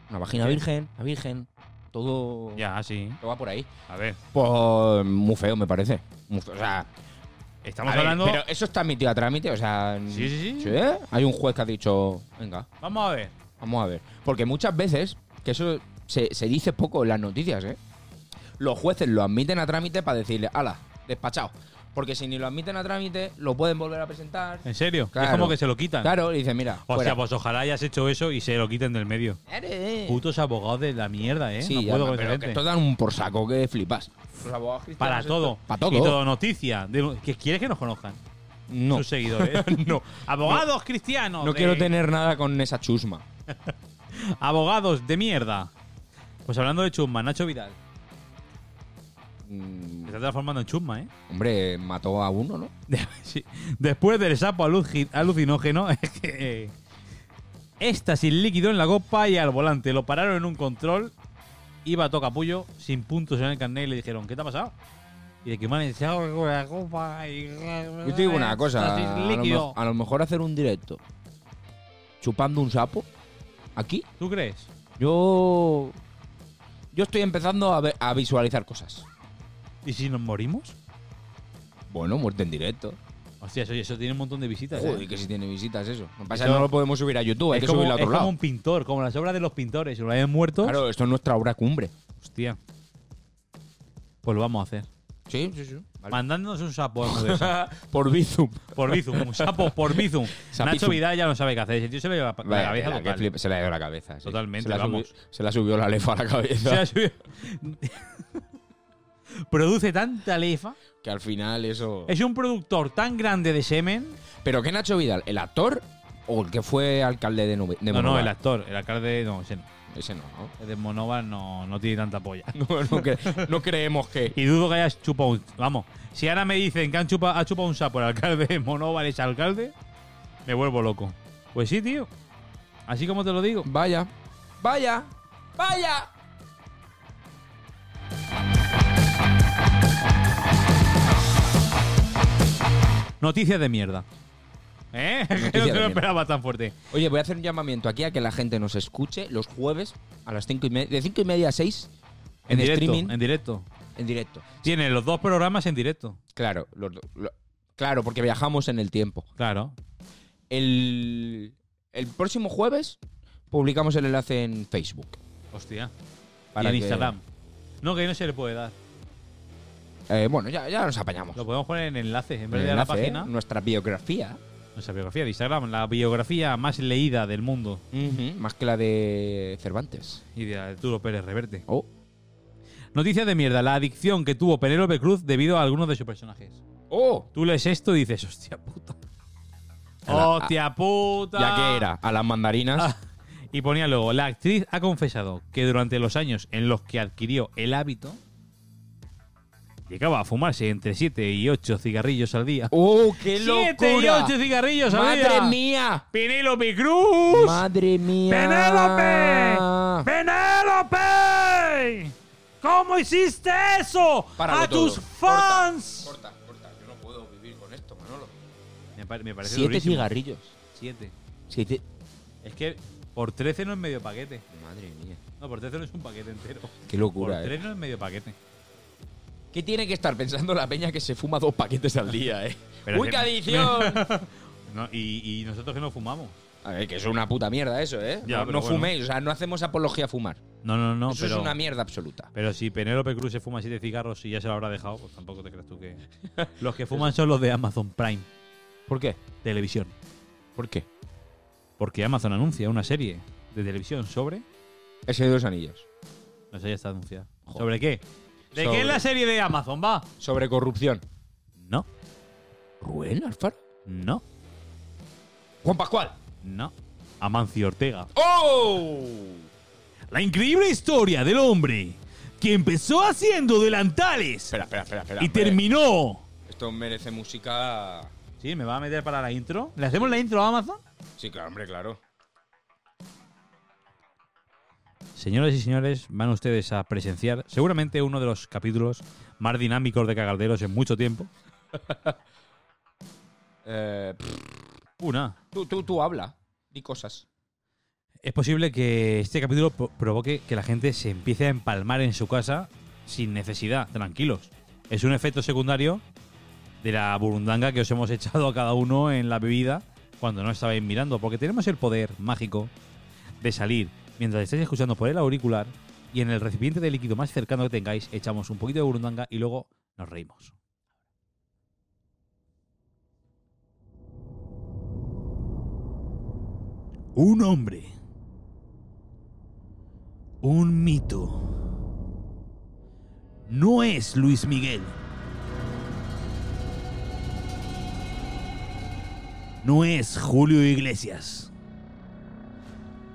Speaker 16: Una vagina
Speaker 18: Sí.
Speaker 16: virgen, la virgen. Todo.
Speaker 18: tan. Ya, sí.
Speaker 16: Todo va por ahí.
Speaker 18: A ver.
Speaker 16: Pues muy feo, me parece. Muy feo, O sea,
Speaker 18: Estamos
Speaker 16: a ver,
Speaker 18: hablando.
Speaker 16: pero eso está admitido a trámite, o sea. ¿eh?
Speaker 18: Sí, sí, sí.
Speaker 16: Hay un juez que ha dicho, venga,
Speaker 18: Vamos a ver.
Speaker 16: vamos a ver. Porque muchas veces, que eso se, se dice poco en las noticias, ¿eh? Los jueces lo admiten a trámite para decirle, ala, despachado. Porque si ni lo admiten a trámite, lo pueden volver a presentar.
Speaker 18: ¿En serio? Es
Speaker 16: Claro.
Speaker 18: como que se lo quitan.
Speaker 16: Claro, le dicen, mira,
Speaker 18: O
Speaker 16: fuera.
Speaker 18: sea, pues ojalá hayas hecho eso y se lo quiten del medio.
Speaker 16: Eres-
Speaker 18: Putos abogados de la mierda, ¿eh?
Speaker 16: Sí,
Speaker 18: no puedo
Speaker 16: ama,
Speaker 18: con esa
Speaker 16: pero que
Speaker 18: gente.
Speaker 16: estos dan un por saco que flipas.
Speaker 18: Para todo.
Speaker 16: Para todo.
Speaker 18: Y todo noticia. De- ¿Qué quieres que nos conozcan?
Speaker 16: No,
Speaker 18: Sus seguidores.
Speaker 16: No.
Speaker 18: Abogados cristianos. eh.
Speaker 16: no
Speaker 18: de-
Speaker 16: quiero tener nada con esa chusma.
Speaker 18: Abogados de mierda. Pues hablando de chusma, Nacho Vidal.
Speaker 16: Mm,
Speaker 18: Se está transformando en chusma, ¿eh?
Speaker 16: Hombre, mató a uno, ¿no?
Speaker 18: Sí. Después del sapo aluci- alucinógeno, es que. eh, éxtasis líquido en la copa y al volante. Lo pararon en un control. Iba a tocapullo, sin puntos en el carnet y le dijeron: ¿Qué te ha pasado? Y de que me han echado con la copa y.
Speaker 16: Yo te digo una cosa.
Speaker 18: Éxtasis
Speaker 16: A lo,
Speaker 18: líquido.
Speaker 16: me- a lo mejor hacer un directo chupando un sapo aquí,
Speaker 18: ¿Tú crees?
Speaker 16: yo. Yo estoy empezando a, ve- a visualizar cosas.
Speaker 18: ¿Y si nos morimos?
Speaker 16: Bueno, muerte en directo.
Speaker 18: Hostia, eso, eso tiene un montón de visitas. ¿eh?
Speaker 16: Joder, que si tiene visitas eso. Lo que pasa es
Speaker 18: Eso-
Speaker 16: que no lo podemos subir a YouTube, hay
Speaker 18: es
Speaker 16: que
Speaker 18: como,
Speaker 16: subirlo a
Speaker 18: es
Speaker 16: otro
Speaker 18: como
Speaker 16: lado.
Speaker 18: un pintor, como las obras de los pintores. Si lo hayan muerto.
Speaker 16: Claro, esto es nuestra obra cumbre.
Speaker 18: Hostia. Pues lo vamos a hacer.
Speaker 16: Sí, sí, sí.
Speaker 18: Mandándonos un sapo en Mudéjar.
Speaker 16: Por Bizum.
Speaker 18: Por Bizum, un sapo por Bizum.
Speaker 16: Sapizum.
Speaker 18: Nacho Vidal ya no sabe qué hacer. Ese tío se le lleva pa- la
Speaker 16: Vaya,
Speaker 18: cabeza
Speaker 16: tela, que
Speaker 18: total.
Speaker 16: flip- se le ha ido la cabeza. sí.
Speaker 18: Totalmente,
Speaker 16: Se la,
Speaker 18: vamos.
Speaker 16: Subió, se la subió la lefa a la
Speaker 18: Se
Speaker 16: cabeza.
Speaker 18: ha subido. Produce tanta lefa.
Speaker 16: que al final eso.
Speaker 18: Es un productor tan grande de semen.
Speaker 16: Pero que Nacho Vidal, ¿el actor o el que fue alcalde de Nube? de
Speaker 18: No, no,
Speaker 16: Monóvar?
Speaker 18: el actor, el alcalde. No, ese no.
Speaker 16: Ese no, ¿no?
Speaker 18: El de Monóvar no, no tiene tanta polla.
Speaker 16: No, no cre- no creemos que.
Speaker 18: Y dudo que hayas chupado un. Vamos, si ahora me dicen que han chupa- ha chupado un sapo el alcalde de Monóvar es alcalde, me vuelvo loco. Pues sí, tío. Así como te lo digo.
Speaker 16: Vaya. Vaya. Vaya.
Speaker 18: Noticias de mierda. ¿Eh?
Speaker 16: Noticias
Speaker 18: Que no
Speaker 16: de
Speaker 18: te lo
Speaker 16: mierda.
Speaker 18: esperaba tan fuerte.
Speaker 16: Oye, voy a hacer un llamamiento aquí a que la gente nos escuche los jueves a las cinco y media. De cinco y media a 6 en,
Speaker 18: directo,
Speaker 16: streaming.
Speaker 18: En directo.
Speaker 16: en directo.
Speaker 18: Tienen los dos programas en directo.
Speaker 16: Claro, los do- lo- claro, porque viajamos en el tiempo.
Speaker 18: Claro.
Speaker 16: El, el próximo jueves publicamos el enlace en Facebook.
Speaker 18: Hostia.
Speaker 16: Para
Speaker 18: y en
Speaker 16: que-
Speaker 18: Instagram. No, que no se le puede dar.
Speaker 16: Eh, bueno, ya, ya nos apañamos.
Speaker 18: Lo podemos poner en enlaces en vez
Speaker 16: El
Speaker 18: de la
Speaker 16: enlace,
Speaker 18: página.
Speaker 16: Nuestra biografía,
Speaker 18: Nuestra biografía de Instagram. La biografía más leída del mundo.
Speaker 16: más que la de Cervantes.
Speaker 18: Y de Arturo Pérez Reverte.
Speaker 16: Oh,
Speaker 18: Noticias de mierda. La adicción que tuvo Penélope Cruz debido a algunos de sus personajes.
Speaker 16: oh.
Speaker 18: Tú lees esto y dices, hostia puta.
Speaker 16: A la-
Speaker 18: Hostia puta.
Speaker 16: Ya que era, a las mandarinas.
Speaker 18: Ah, y ponía luego, la actriz ha confesado que durante los años en los que adquirió el hábito, llegaba a fumarse entre 7 y 8 cigarrillos al día.
Speaker 16: ¡Oh, qué
Speaker 18: ¡Siete y
Speaker 16: locura!
Speaker 18: 8 cigarrillos al día!
Speaker 16: ¡Madre mía!
Speaker 18: ¡Penélope Cruz!
Speaker 16: ¡Madre mía!
Speaker 18: ¡Penélope! ¡Penélope! ¿Cómo hiciste eso?
Speaker 16: Páralo
Speaker 18: ¡A
Speaker 16: todo.
Speaker 18: tus fans!
Speaker 16: Corta, corta. Yo no puedo vivir con esto, Manolo.
Speaker 18: Me, pare- me parece
Speaker 16: Siete
Speaker 18: durísimo.
Speaker 16: cigarrillos.
Speaker 18: Siete.
Speaker 16: Siete.
Speaker 18: Es que por 13 no es medio paquete.
Speaker 16: Madre mía.
Speaker 18: No, por tercero es un paquete entero.
Speaker 16: Qué locura,
Speaker 18: Por
Speaker 16: eh.
Speaker 18: tres no es medio paquete.
Speaker 16: ¿Qué tiene que estar pensando la peña que se fuma dos paquetes al día, eh?
Speaker 18: Pero
Speaker 16: ¡Uy,
Speaker 18: es
Speaker 16: qué
Speaker 18: que-
Speaker 16: adicción!
Speaker 18: No, y, y nosotros que no fumamos.
Speaker 16: A ver, que es una puta mierda eso, ¿eh?
Speaker 18: Ya,
Speaker 16: no
Speaker 18: pero
Speaker 16: no
Speaker 18: bueno.
Speaker 16: fuméis, o sea, no hacemos apología a fumar.
Speaker 18: No, no, no,
Speaker 16: eso
Speaker 18: pero-
Speaker 16: es una mierda absoluta.
Speaker 18: Pero si Penélope Cruz se fuma siete cigarros y ya se lo habrá dejado, pues tampoco te creas tú que. Los que fuman son los de Amazon Prime.
Speaker 16: ¿Por qué?
Speaker 18: Televisión.
Speaker 16: ¿Por qué?
Speaker 18: Porque Amazon anuncia una serie de televisión sobre.
Speaker 16: Ese de los anillos.
Speaker 18: No sé, ya está anunciada. ¿Sobre qué? ¿De
Speaker 16: Sobre-
Speaker 18: qué es la serie de Amazon? Va.
Speaker 16: Sobre corrupción.
Speaker 18: No.
Speaker 16: ¿Rubén Alfaro?
Speaker 18: No.
Speaker 16: ¡Juan Pascual!
Speaker 18: No. Amancio Ortega.
Speaker 16: ¡Oh!
Speaker 18: La increíble historia del hombre que empezó haciendo delantales
Speaker 16: Espera, espera, espera. espera
Speaker 18: y
Speaker 16: hombre.
Speaker 18: terminó.
Speaker 16: Esto merece música.
Speaker 18: Sí, me va a meter para la intro. ¿Le hacemos la intro a Amazon?
Speaker 16: Sí, claro, hombre, claro.
Speaker 18: Señoras y señores, van ustedes a presenciar seguramente uno de los capítulos más dinámicos de Cagalderos en mucho tiempo.
Speaker 16: Eh, pff,
Speaker 18: Una.
Speaker 16: tú, tú, tú habla. Di cosas.
Speaker 18: Es posible que este capítulo po- provoque que la gente se empiece a empalmar en su casa sin necesidad, tranquilos. Es un efecto secundario de la burundanga que os hemos echado a cada uno en la bebida cuando no estabais mirando, porque tenemos el poder mágico de salir mientras estáis escuchando por el auricular y en el recipiente de líquido más cercano que tengáis echamos un poquito de burundanga y luego nos reímos. Un hombre. Un mito. No es Luis Miguel. No es Julio Iglesias.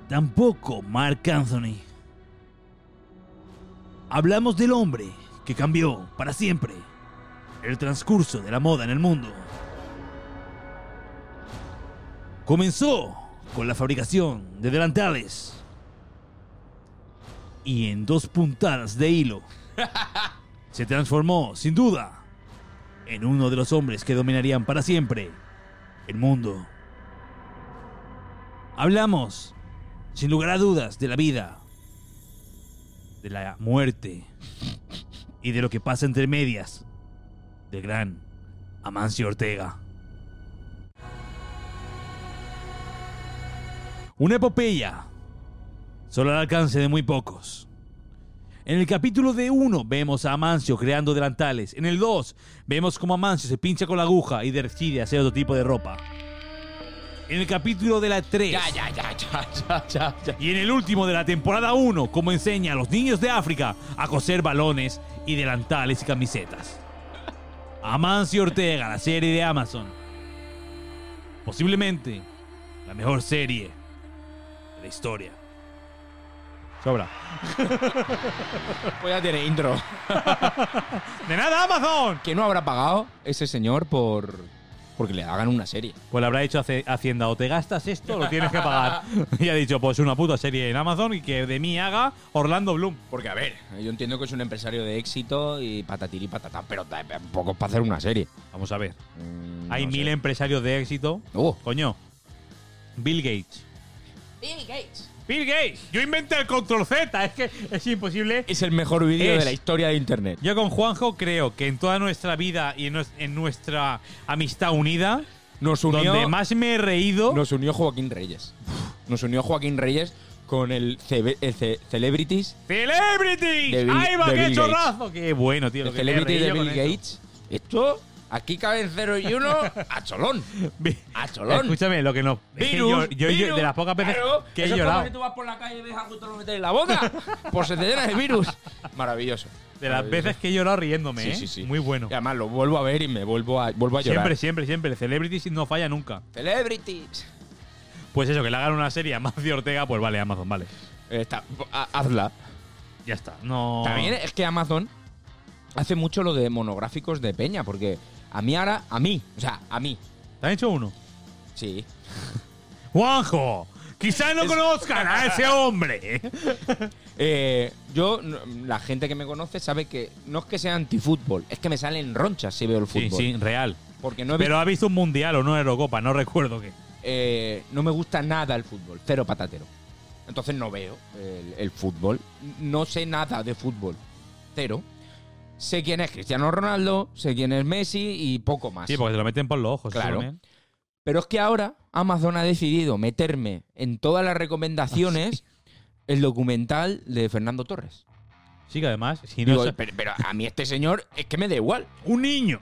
Speaker 18: Tampoco Mark Anthony. Hablamos del hombre que cambió para siempre el transcurso de la moda en el mundo. Comenzó con la fabricación de delantales y en dos puntadas de hilo se transformó, sin duda, en uno de los hombres que dominarían para siempre el mundo. Hablamos, sin lugar a dudas, de la vida, de la muerte y de lo que pasa entre medias del gran Amancio Ortega. Una epopeya solo al alcance de muy pocos. En el capítulo de 1 vemos a Amancio creando delantales. En el 2 vemos cómo Amancio se pincha con la aguja y decide hacer otro tipo de ropa. En el capítulo de la 3
Speaker 16: Ya, ya, ya, ya, ya, ya, ya.
Speaker 18: y en el último de la temporada 1, como enseña a los niños de África a coser balones y delantales y camisetas. Amancio Ortega, la serie de Amazon. Posiblemente la mejor serie de la historia. Sobra.
Speaker 16: Voy a tener Pues intro.
Speaker 18: ¡De nada, Amazon!
Speaker 16: ¿Que no habrá pagado ese señor por. porque le hagan una serie?
Speaker 18: Pues le habrá dicho hace- Hacienda, o te gastas esto o lo tienes que pagar. y ha dicho, pues una puta serie en Amazon y que de mí haga Orlando Bloom.
Speaker 16: Porque, a ver, yo entiendo que es un empresario de éxito y patatir y patatán, pero ta- tampoco es para hacer una serie.
Speaker 18: Vamos a ver.
Speaker 16: Mm,
Speaker 18: Hay
Speaker 16: no
Speaker 18: mil em-
Speaker 16: sé.
Speaker 18: empresarios de éxito.
Speaker 16: Uh,
Speaker 18: Coño. Bill Gates.
Speaker 1: Bill Gates.
Speaker 18: Bill Gates. Yo inventé el control Z. Es que es imposible.
Speaker 16: es el mejor vídeo
Speaker 18: Es-
Speaker 16: de la historia de internet.
Speaker 18: Yo con Juanjo creo que en toda nuestra vida y en, nues- en nuestra amistad unida,
Speaker 16: Nos unió,
Speaker 18: donde más me he reído,
Speaker 16: nos unió Joaquín Reyes. Nos unió Joaquín Reyes con el, CB el ce- Celebrities.
Speaker 18: ¡Celebrity!
Speaker 16: De Bill-
Speaker 18: ¡Ahí va,
Speaker 16: de
Speaker 18: qué
Speaker 16: Bill
Speaker 18: chorrazo! ¡Qué bueno, tío!
Speaker 16: El
Speaker 18: lo que me he
Speaker 16: Celebrity de
Speaker 18: reído
Speaker 16: Bill
Speaker 18: con esto.
Speaker 16: Gates. Esto, aquí caben 0 y 1 a cholón.
Speaker 18: Vi-
Speaker 16: A cholón.
Speaker 18: Escúchame, lo que no. es que
Speaker 16: Virus,
Speaker 18: yo, yo- yo-
Speaker 16: virus,
Speaker 18: de las pocas veces
Speaker 16: claro.
Speaker 18: que he
Speaker 16: Eso es como
Speaker 18: llorado.
Speaker 16: que tú vas por la calle y ves algo y te lo metes en la boca. pues se te llena de virus. Maravilloso.
Speaker 18: De las
Speaker 16: Maravilloso.
Speaker 18: veces que he llorado riéndome,
Speaker 16: Sí,
Speaker 18: ¿eh?
Speaker 16: sí, sí.
Speaker 18: Muy bueno.
Speaker 16: Y además lo vuelvo a ver y me vuelvo a, vuelvo a llorar.
Speaker 18: Siempre, siempre, siempre. El Celebrity no falla nunca.
Speaker 16: Celebrities.
Speaker 18: Pues eso, que le hagan una serie a Macio Ortega, pues vale, Amazon, vale.
Speaker 16: Está, ha- hazla.
Speaker 18: Ya está. No.
Speaker 16: También es que Amazon hace mucho lo de monográficos de peña, porque a mí ahora, a mí, o sea, a mí,
Speaker 18: ¿Te han hecho uno?
Speaker 16: sí.
Speaker 18: ¡Juanjo! Quizás no conozcan a ese hombre.
Speaker 16: Eh, yo, no- la gente que me conoce sabe que no es que sea antifútbol, es que me salen ronchas si veo el
Speaker 18: Sí,
Speaker 16: fútbol.
Speaker 18: sí, real.
Speaker 16: Porque no, he
Speaker 18: Pero ha visto un mundial o no Eurocopa, no recuerdo qué.
Speaker 16: visto- eh, no me gusta nada el fútbol, cero patatero. Entonces no veo el, el fútbol. No sé nada de fútbol. Cero. Sé quién es Cristiano Ronaldo, sé quién es Messi y poco más.
Speaker 18: Sí, porque te lo meten por los ojos. eso
Speaker 16: Ah, Claro.
Speaker 18: también.
Speaker 16: Pero es que ahora Amazon ha decidido meterme en todas las recomendaciones
Speaker 18: Ah,
Speaker 16: el documental de Fernando Torres.
Speaker 18: Sí, que además, si no.
Speaker 16: Digo,
Speaker 18: sa-
Speaker 16: pero, pero a mí este señor es que me da igual.
Speaker 18: ¡Un niño!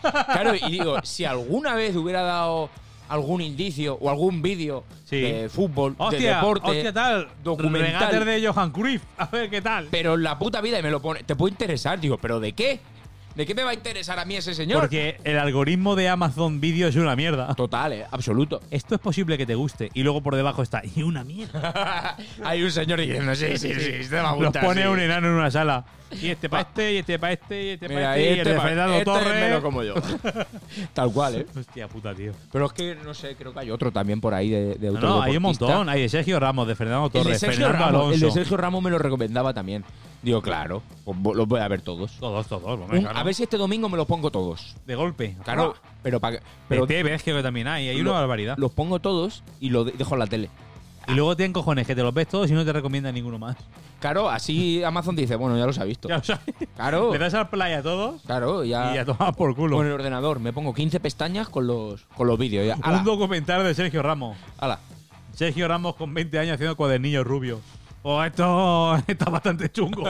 Speaker 16: Claro, y digo, si alguna vez hubiera dado algún indicio o algún vídeo
Speaker 18: Sí.
Speaker 16: de Eh, fútbol, de
Speaker 18: ¡Hostia!
Speaker 16: deporte,
Speaker 18: ¡Hostia, tal!
Speaker 16: documental.
Speaker 18: Regates de Johan Cruyff. A ver qué tal.
Speaker 16: pero en la puta vida y me lo pone, te puede interesar, digo, pero ¿de qué? ¿De qué me va a interesar a mí ese señor?
Speaker 18: Porque el algoritmo de Amazon Video es una mierda.
Speaker 16: Total, eh, absoluto.
Speaker 18: Esto es posible que te guste. Y luego por debajo está. ¡Y una mierda!
Speaker 16: Hay un señor diciendo, sí, sí, sí, este me va a
Speaker 18: Los
Speaker 16: gustar,
Speaker 18: pone
Speaker 16: sí.
Speaker 18: un enano en una sala. Y este pa' este, y este pa' este, y este
Speaker 16: Mira,
Speaker 18: pa' este, y
Speaker 16: este
Speaker 18: el de
Speaker 16: pa-
Speaker 18: Fernando
Speaker 16: este
Speaker 18: Torres.
Speaker 16: me lo como yo. Tal cual, ¿eh?
Speaker 18: Hostia puta, tío.
Speaker 16: Pero es que, no sé, creo que hay otro también por ahí de, de
Speaker 18: No,
Speaker 16: otro
Speaker 18: no, hay un
Speaker 16: deportista.
Speaker 18: montón. Hay de Sergio Ramos, de Fernando
Speaker 16: El de,
Speaker 18: Torres,
Speaker 16: Sergio
Speaker 18: Fernando
Speaker 16: Ramos, el
Speaker 18: Alonso.
Speaker 16: de Sergio Ramos me lo recomendaba también. Digo, claro, pues vo- los voy a ver todos.
Speaker 18: Todos, todos. hombre,
Speaker 16: Un-
Speaker 18: claro.
Speaker 16: a ver si este domingo me los pongo todos.
Speaker 18: De golpe.
Speaker 16: Claro,
Speaker 18: Ah,
Speaker 16: pero para
Speaker 18: Pero
Speaker 16: pero
Speaker 18: te ves que también hay. Hay
Speaker 16: lo-
Speaker 18: una barbaridad.
Speaker 16: los pongo todos y los de- dejo en la tele.
Speaker 18: Y luego te encojones que te los ves todos y no te recomienda ninguno más.
Speaker 16: Claro, así Amazon dice, bueno, ya los ha visto.
Speaker 18: Ya lo sabes.
Speaker 16: Claro,
Speaker 18: Le das al play a todos
Speaker 16: claro, ya,
Speaker 18: y a tomar por culo.
Speaker 16: con el ordenador me pongo 15 pestañas con los con los vídeos. ya.
Speaker 18: Un
Speaker 16: Ala,
Speaker 18: documental de Sergio Ramos.
Speaker 16: ala.
Speaker 18: Sergio Ramos con 20 años haciendo cuadernillos rubios. Oh, esto está bastante chungo.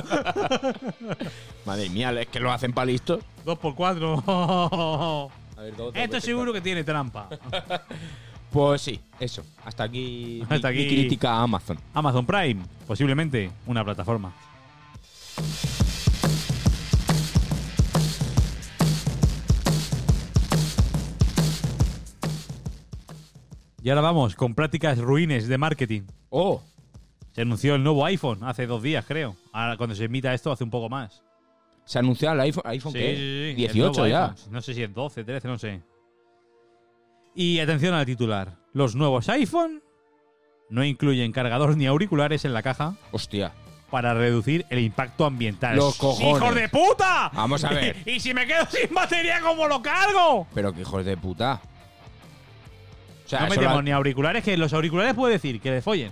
Speaker 16: Madre mía, es que lo hacen para listos.
Speaker 18: Dos por cuatro.
Speaker 16: A ver, dos, dos
Speaker 18: Esto
Speaker 16: veces,
Speaker 18: seguro que tiene trampa.
Speaker 16: Pues sí, eso. Hasta aquí, mi-
Speaker 18: Hasta
Speaker 16: mi,
Speaker 18: aquí.
Speaker 16: crítica a Amazon.
Speaker 18: Amazon Prime, posiblemente una plataforma. Y ahora vamos con prácticas ruines de marketing.
Speaker 16: Oh,
Speaker 18: Se anunció el nuevo iPhone hace dos días, creo. Ahora cuando se emita esto hace un poco más.
Speaker 16: se anuncia el iPhone, iPhone
Speaker 18: Sí,
Speaker 16: ¿qué?
Speaker 18: sí, sí, el
Speaker 16: 18
Speaker 18: nuevo
Speaker 16: ya.
Speaker 18: iPhone. No sé si es 12, 13, no sé. Y atención al titular. Los nuevos iPhone no incluyen cargador ni auriculares en la caja
Speaker 16: Hostia.
Speaker 18: para reducir el impacto ambiental.
Speaker 16: Los cojones.
Speaker 18: ¡Hijos de puta!
Speaker 16: Vamos a ver.
Speaker 18: ¿Y, si me quedo sin batería, cómo lo cargo?
Speaker 16: Pero que hijos de puta. O sea,
Speaker 18: No
Speaker 16: eso
Speaker 18: metemos
Speaker 16: lo-
Speaker 18: ni auriculares, que los auriculares puede decir que le follen.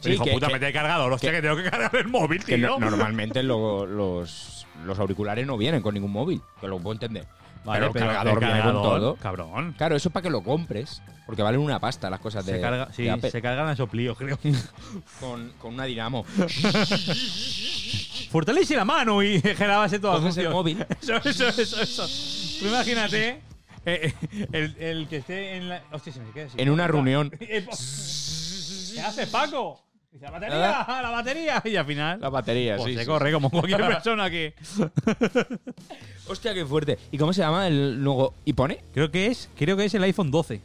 Speaker 16: Sí,
Speaker 18: hijo
Speaker 16: que-
Speaker 18: puta,
Speaker 16: que-
Speaker 18: mete el cargador. Hostia, que, tengo que cargar el móvil,
Speaker 16: que
Speaker 18: tío.
Speaker 16: no- normalmente lo- los, los auriculares no vienen con ningún móvil. Que lo puedo entender.
Speaker 18: Vale,
Speaker 16: pero el cargador viene con todo.
Speaker 18: Cabrón.
Speaker 16: Claro, eso es para que lo compres. Porque valen una pasta las cosas de,
Speaker 18: Se, carga,
Speaker 16: de
Speaker 18: sí,
Speaker 16: Apple.
Speaker 18: se cargan a soplío, creo.
Speaker 16: Con, con una dinamo.
Speaker 18: Fortalece la mano y generabase todo
Speaker 16: Coges el
Speaker 18: anuncio.
Speaker 16: móvil.
Speaker 18: Eso, eso, eso, eso. Tú imagínate eh, eh, el, el que esté en la. Hostia, se me queda así.
Speaker 16: En una reunión.
Speaker 18: ¿Qué hace Paco? Dice, la batería, la batería. Y al final.
Speaker 16: La batería,
Speaker 18: pues
Speaker 16: sí.
Speaker 18: se
Speaker 16: sí,
Speaker 18: corre como cualquier persona que.
Speaker 16: sí. Hostia, qué fuerte. ¿Y cómo se llama el nuevo? ¿Y pone?
Speaker 18: Creo que es, creo que es el iPhone 12.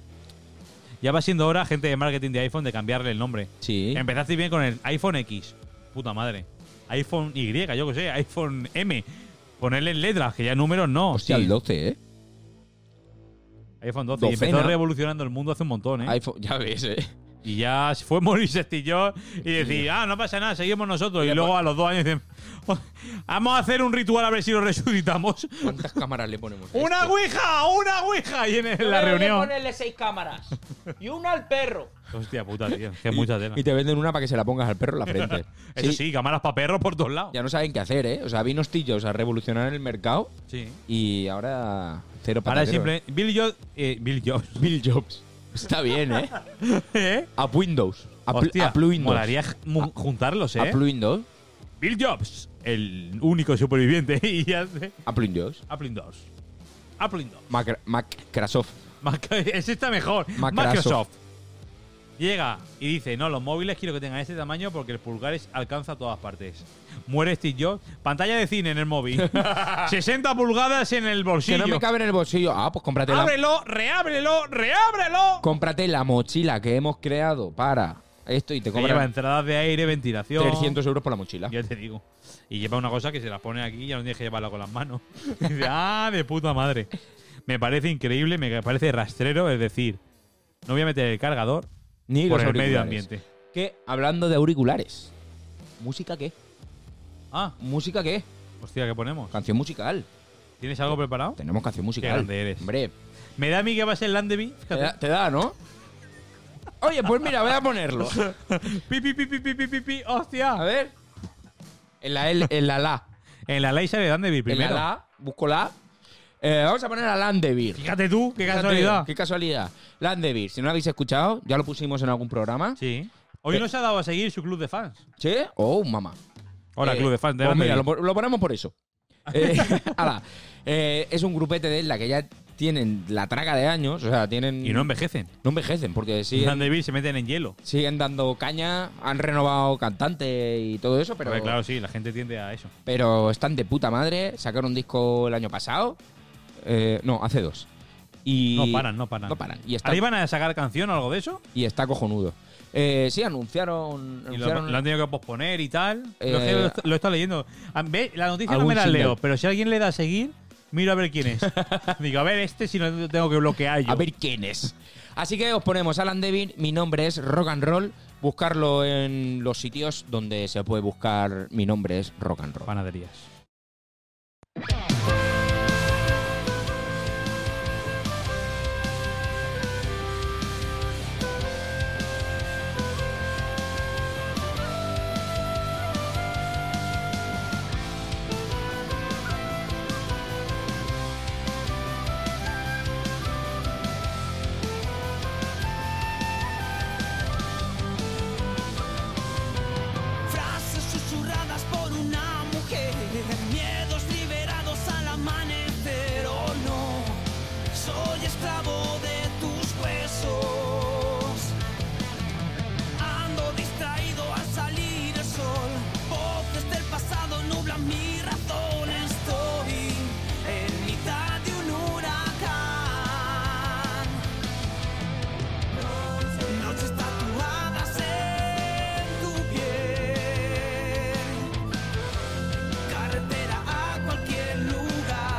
Speaker 18: Ya va siendo hora, gente de marketing de iPhone, de cambiarle el nombre.
Speaker 16: Sí.
Speaker 18: Empezaste bien con el iPhone X. Puta madre. iPhone Y, yo que sé, iPhone M. Ponerle letras, que ya números no.
Speaker 16: Hostia,
Speaker 18: sí.
Speaker 16: el 12, ¿eh?
Speaker 18: iPhone 12. Y
Speaker 16: Docena.
Speaker 18: empezó revolucionando el mundo hace un montón, ¿eh?
Speaker 16: iPhone, ya ves, ¿eh?
Speaker 18: Y ya se fue Maurice Estillón y decir, ah, no pasa nada, seguimos nosotros. Y
Speaker 16: pues.
Speaker 18: luego a los dos años dicen, "Oh, vamos a hacer un ritual a ver si lo resucitamos.
Speaker 16: ¿Cuántas cámaras le ponemos? a
Speaker 18: ¡Una
Speaker 16: esto?
Speaker 18: ouija! ¡Una ouija! Y en en la reunión.
Speaker 1: ponerle seis cámaras. Y una al perro.
Speaker 18: Hostia puta, tío. Que mucha tela.
Speaker 16: Y te venden una para que se la pongas al perro en la frente.
Speaker 18: Eso sí, cámaras para perros por todos lados.
Speaker 16: Ya no saben qué hacer, ¿eh? O sea, vino Hostillos a revolucionar el mercado
Speaker 18: Sí.
Speaker 16: y ahora cero para
Speaker 18: Ahora simple. Bill Jobs. eh, Bill Jobs.
Speaker 16: Bill Jobs. Está bien, ¿eh?
Speaker 18: ¿Eh?
Speaker 16: A Windows. A, pl-
Speaker 18: Hostia,
Speaker 16: a Plu Windows.
Speaker 18: molaría mu- juntarlos,
Speaker 16: A
Speaker 18: ¿eh?
Speaker 16: Plu Windows.
Speaker 18: Bill Jobs, el único superviviente. Y hace.
Speaker 16: A Plu Windows.
Speaker 18: Apple 2. Apple 2.
Speaker 16: Mac, Microsoft.
Speaker 18: Mac- Ese está mejor.
Speaker 16: Macrasoft.
Speaker 18: Microsoft. Llega y dice, no, los móviles quiero que tengan este tamaño porque el pulgar es- alcanza todas partes. Muere Steve Jobs. Pantalla de cine en el móvil. 60 pulgadas en el
Speaker 16: Que
Speaker 18: bolsillo.
Speaker 16: no me cabe en el bolsillo. Ah, pues cómprate la,
Speaker 18: ábrelo, reábrelo, reábrelo.
Speaker 16: cómprate la mochila que hemos creado para esto y te
Speaker 18: Te lleva
Speaker 16: cobran
Speaker 18: entradas de aire, ventilación.
Speaker 16: 300 euros por la mochila.
Speaker 18: Ya te digo. Y lleva una cosa que se las pone aquí y ya no tienes que llevarla con las manos. Y dice, ah, de puta madre. Me parece increíble, me parece rastrero, es decir, no voy a meter el cargador
Speaker 16: Ni
Speaker 18: por
Speaker 16: los
Speaker 18: el medio
Speaker 16: auriculares.
Speaker 18: ambiente.
Speaker 16: Que hablando de auriculares. ¿Música qué?
Speaker 18: Ah,
Speaker 16: ¿Música qué?
Speaker 18: hostia, ¿qué ponemos?
Speaker 16: Canción musical.
Speaker 18: ¿Tienes algo preparado?
Speaker 16: Tenemos canción musical.
Speaker 18: grande eres.
Speaker 16: Hombre,
Speaker 18: Me da a mí que va a ser Landeby.
Speaker 16: Eh, te
Speaker 18: Fíjate.
Speaker 16: da, te da, ¿no? Oye, pues mira, voy a ponerlo.
Speaker 18: pi, pi, pi, pi, pi, pi, pi, pi, hostia.
Speaker 16: A ver. En la, L- en la la.
Speaker 18: En la ley sale Dandeville
Speaker 16: En la
Speaker 18: primero.
Speaker 16: la. Busco la. Eh, vamos a poner a Landevir.
Speaker 18: Fíjate tú, qué
Speaker 16: Fíjate,
Speaker 18: casualidad.
Speaker 16: Qué casualidad. Landevir, si no lo habéis escuchado, ya lo pusimos en algún programa.
Speaker 18: Sí. Hoy nos ha dado a seguir su club de fans.
Speaker 16: ¿Sí? Oh, mamá.
Speaker 18: Hola,
Speaker 16: Eh,
Speaker 18: club de fans de
Speaker 16: pues mira, lo,
Speaker 18: Dandeville.
Speaker 16: po- lo ponemos por eso. Eh, ala. Eh, es un grupete de la que ya tienen la traga de años, o sea, tienen.
Speaker 18: Y no envejecen.
Speaker 16: no envejecen, porque siguen,
Speaker 18: Dandeville se meten en hielo.
Speaker 16: siguen dando caña, han renovado cantante y todo eso, pero,
Speaker 18: Hombre, claro, sí, la gente tiende a eso.
Speaker 16: pero están de puta madre. Sacaron un disco el año pasado. eh, no, hace dos. Y
Speaker 18: No paran, no paran.
Speaker 16: No paran. Y está,
Speaker 18: ¿Ahora iban a sacar canción o algo de eso?
Speaker 16: y está cojonudo. Eh, sí, anunciaron.
Speaker 18: Y lo,
Speaker 16: anunciaron-
Speaker 18: lo han tenido que posponer y tal.
Speaker 16: Eh,
Speaker 18: lo, he- lo he estado leyendo. A ver, La noticia no
Speaker 16: algún
Speaker 18: me la
Speaker 16: single.
Speaker 18: leo, pero si alguien le da a seguir, miro a ver quién es. Digo, a ver, este si no lo tengo que bloquear yo.
Speaker 16: A ver quién es. Así que os ponemos Alan Devin. Mi nombre es Rock and Roll. Buscarlo en los sitios donde se puede buscar. Mi nombre es Rock and Roll.
Speaker 18: Panaderías.
Speaker 5: Frases susurradas por una mujer, miedos liberados al amanecer, oh no, soy esclavo de tus huesos. Ando distraído al salir el sol, voces del pasado nublan mi razón, estoy en mitad de un huracán. Noches tatuadas en tu piel, carretera a cualquier lugar.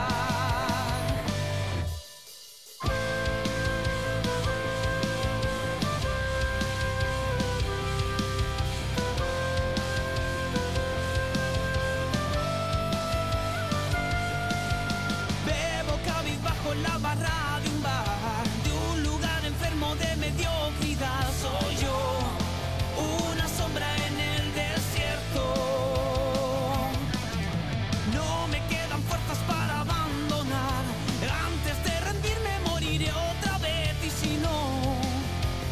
Speaker 5: Bebo cabizbajo en la barra de un bar, de un lugar enfermo de mediocridad. Soy yo, una sombra en el desierto. No me quedan fuerzas para abandonar. Antes de rendirme moriré otra vez y si no,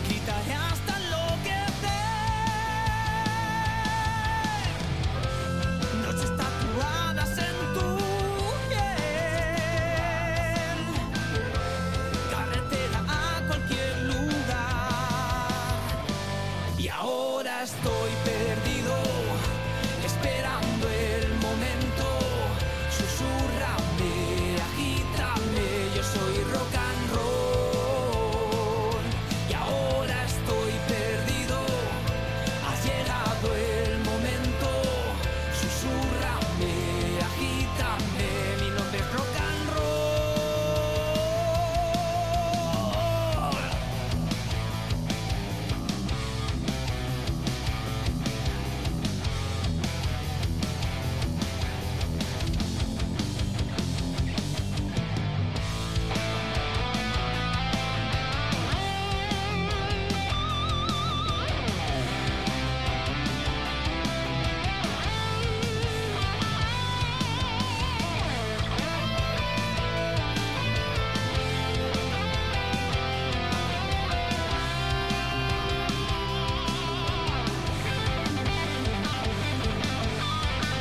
Speaker 5: quitaré hasta enloquecer. Noches tatuadas en tu piel, carretera a cualquier lugar. Y ahora estoy perdido, esperando el momento. Susurrame, agítame, yo soy rock and roll. Y ahora estoy perdido, ha llegado el momento. Susurrame, agítame, mi nombre es rock and roll.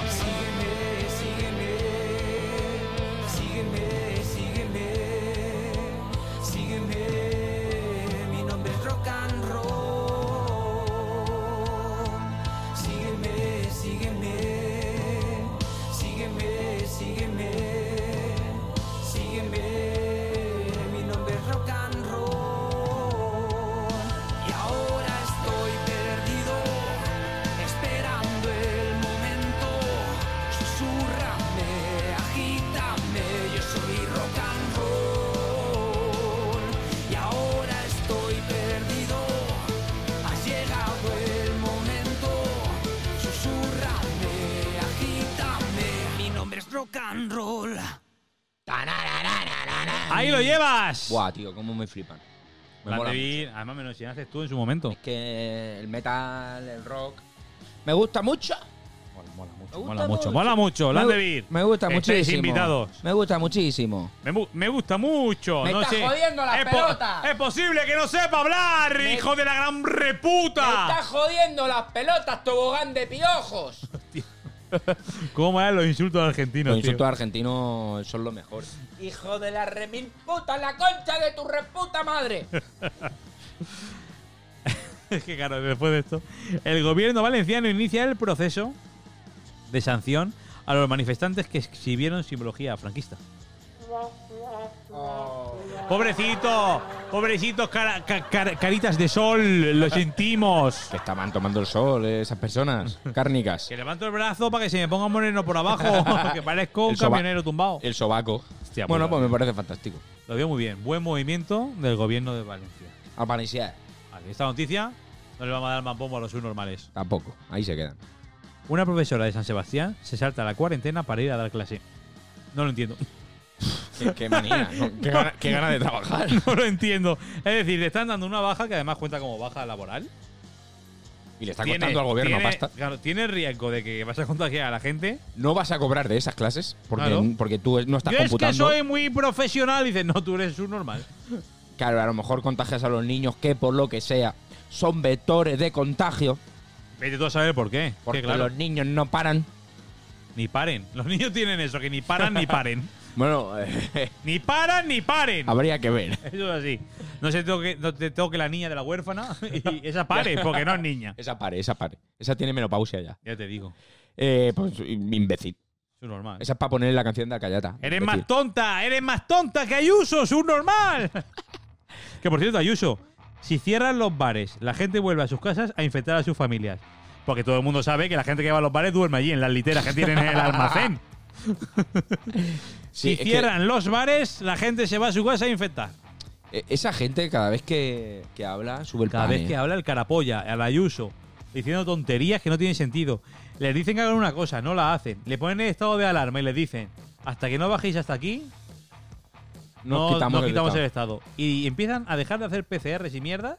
Speaker 5: Sígueme, sígueme, sígueme, sígueme, sígueme, mi nombre es rock and roll. Sígueme, sígueme, sígueme, sígueme, sígueme, mi nombre es rock and roll. Y ahora estoy perdido, esperando el momento. Susurrame, agítame, yo soy rock and roll. Y ahora estoy perdido, ha llegado el momento. Susurrame, agítame, mi nombre es rock and roll.
Speaker 18: ¡Ahí lo llevas!
Speaker 16: Buah, tío, cómo me flipan. Me
Speaker 18: Black
Speaker 16: mola
Speaker 18: Devil, además me lo enseñaste tú en su momento.
Speaker 16: Es que el metal, el rock. Me gusta mucho.
Speaker 18: Mola, mola mucho.
Speaker 16: Me gusta
Speaker 18: Mola mucho. Mola mucho.
Speaker 16: Me gu-
Speaker 18: Landevir.
Speaker 16: Me gusta muchísimo.
Speaker 18: invitados.
Speaker 16: Me gusta muchísimo.
Speaker 18: Me, mu- me gusta mucho.
Speaker 16: Me
Speaker 18: no
Speaker 16: estás
Speaker 18: sé.
Speaker 16: jodiendo la
Speaker 18: es po-
Speaker 16: pelota.
Speaker 18: es posible que no sepa hablar,
Speaker 16: Me-
Speaker 18: hijo de la gran
Speaker 16: ¡Me estás
Speaker 18: reputa.
Speaker 16: jodiendo las pelotas, tobogán de piojos!
Speaker 18: ¿Cómo eran los insultos argentinos,
Speaker 16: Los
Speaker 18: tío?
Speaker 16: insultos argentinos son lo mejor. ¡Hijo de la remil puta, la concha de tu reputa madre!
Speaker 18: Es que claro, después de esto, el gobierno valenciano inicia el proceso de sanción a los manifestantes que exhibieron simbología franquista. Pobrecito, pobrecitos cara- ca- cara- caritas de sol, los sentimos.
Speaker 16: Que estaban tomando el sol eh, esas personas cárnicas.
Speaker 18: Que levanto el brazo para que se me ponga moreno por abajo, que parezco un
Speaker 16: El soba-
Speaker 18: camionero tumbado.
Speaker 16: El sobaco.
Speaker 18: Hostia,
Speaker 16: bueno,
Speaker 18: puta.
Speaker 16: pues me parece fantástico.
Speaker 18: Lo veo muy bien, buen movimiento del gobierno de Valencia.
Speaker 16: Al parecer,
Speaker 18: Vale, esta noticia no le vamos a dar más bombo a los subnormales.
Speaker 16: tampoco. Ahí se quedan.
Speaker 18: Una profesora de San Sebastián se salta la cuarentena para ir a dar clase. No lo entiendo.
Speaker 16: Qué, qué manía. ¿no? Qué, gana, qué gana de trabajar.
Speaker 18: No lo entiendo. Es decir, le están dando una baja que además cuenta como baja laboral.
Speaker 16: Y le está costando al gobierno
Speaker 18: tiene-
Speaker 16: pasta.
Speaker 18: Claro, tiene riesgo de que vas a contagiar a la gente.
Speaker 16: No vas a cobrar de esas clases porque,
Speaker 18: Claro.
Speaker 16: porque tú no estás
Speaker 18: Yo es que
Speaker 16: computando.
Speaker 18: soy muy profesional. Y dices, no, tú eres un normal.
Speaker 16: Claro, a lo mejor contagias a los niños que por lo que sea son vectores de contagio.
Speaker 18: Vete tú a saber por qué.
Speaker 16: Porque
Speaker 18: Que, claro,
Speaker 16: los niños no paran.
Speaker 18: ni paren. Los niños tienen eso, que ni paran ni paren.
Speaker 16: Bueno,
Speaker 18: Ni paran ni paren.
Speaker 16: habría que ver.
Speaker 18: Eso es así. No se toque, no te toque la niña de la huérfana y esa pare, porque no es niña.
Speaker 16: Esa pare, esa pare. Esa tiene menopausia ya.
Speaker 18: Ya te digo.
Speaker 16: Eh, pues imbécil.
Speaker 18: Es normal.
Speaker 16: Esa es para poner la canción de la callata.
Speaker 18: Eres más tonta, eres más tonta que Ayuso, es un normal. que por cierto, Ayuso, si cierran los bares, la gente vuelve a sus casas a infectar a sus familias. Porque todo el mundo sabe que la gente que va a los bares duerme allí en las literas que tienen en el almacén.
Speaker 16: Sí,
Speaker 18: si
Speaker 16: es que,
Speaker 18: cierran los bares, la gente se va a su casa a infectar.
Speaker 16: eh, esa gente cada vez que, que habla sube el
Speaker 18: Cada
Speaker 16: pan,
Speaker 18: vez
Speaker 16: eh.
Speaker 18: que habla el carapolla, al Ayuso, diciendo tonterías que no tienen sentido. Les dicen que hagan una cosa, no la hacen. Le ponen el estado de alarma y les dicen, hasta que no bajéis hasta aquí, no,
Speaker 16: nos quitamos,
Speaker 18: no
Speaker 16: el
Speaker 18: quitamos el,
Speaker 16: estado.
Speaker 18: estado. Y empiezan a dejar de hacer PCRs y mierda.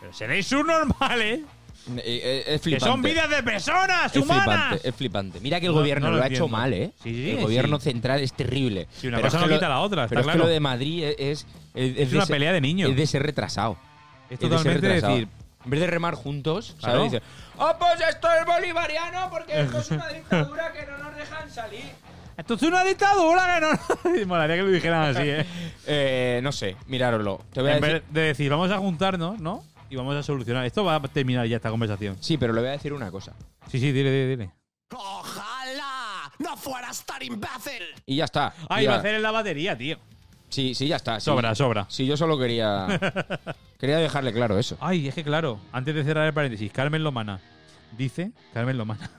Speaker 18: Pero seréis subnormales.
Speaker 16: Eh, eh, es
Speaker 18: Que
Speaker 16: flipante.
Speaker 18: son vidas de personas
Speaker 16: Es
Speaker 18: humanas.
Speaker 16: flipante, es flipante. Mira que el
Speaker 18: No-
Speaker 16: gobierno
Speaker 18: no lo
Speaker 16: lo, ha
Speaker 18: entiendo.
Speaker 16: hecho mal, ¿eh?
Speaker 18: Sí, sí,
Speaker 16: el
Speaker 18: sí.
Speaker 16: gobierno central es terrible.
Speaker 18: Sí, una
Speaker 16: Pero
Speaker 18: cosa
Speaker 16: es
Speaker 18: no
Speaker 16: que lo-
Speaker 18: quita la otra, está
Speaker 16: pero es que
Speaker 18: claro.
Speaker 16: lo de Madrid es. Es,
Speaker 18: Es una
Speaker 16: de ser-
Speaker 18: pelea de niños.
Speaker 16: Es de ser retrasado.
Speaker 18: Es
Speaker 16: de ser
Speaker 18: totalmente
Speaker 16: retrasado.
Speaker 18: decir,
Speaker 16: En vez de remar juntos,
Speaker 18: Claro.
Speaker 16: ¿sabes? Dice,
Speaker 1: ¡Oh, pues esto es bolivariano porque esto es una dictadura que no nos dejan salir!
Speaker 18: esto es una dictadura que no- no. Molaría que lo dijeran así, ¿eh?
Speaker 16: eh, no sé, mirároslo. Te voy a
Speaker 18: en
Speaker 16: decir-
Speaker 18: vez de decir, vamos a juntarnos, ¿no? Y vamos a solucionar. Esto va a terminar ya esta conversación.
Speaker 16: Sí, pero le voy a decir una cosa.
Speaker 18: Sí, sí, dile, dile, dile.
Speaker 16: Y ya está.
Speaker 18: Ah, iba
Speaker 16: Ya-
Speaker 18: a hacer en la batería, tío.
Speaker 16: Sí, sí, ya está. sí.
Speaker 18: Sobra, sobra.
Speaker 16: Sí, yo solo quería. quería dejarle claro eso.
Speaker 18: Ay, es que claro, antes de cerrar el paréntesis, Carmen Lomana dice, Carmen Lomana.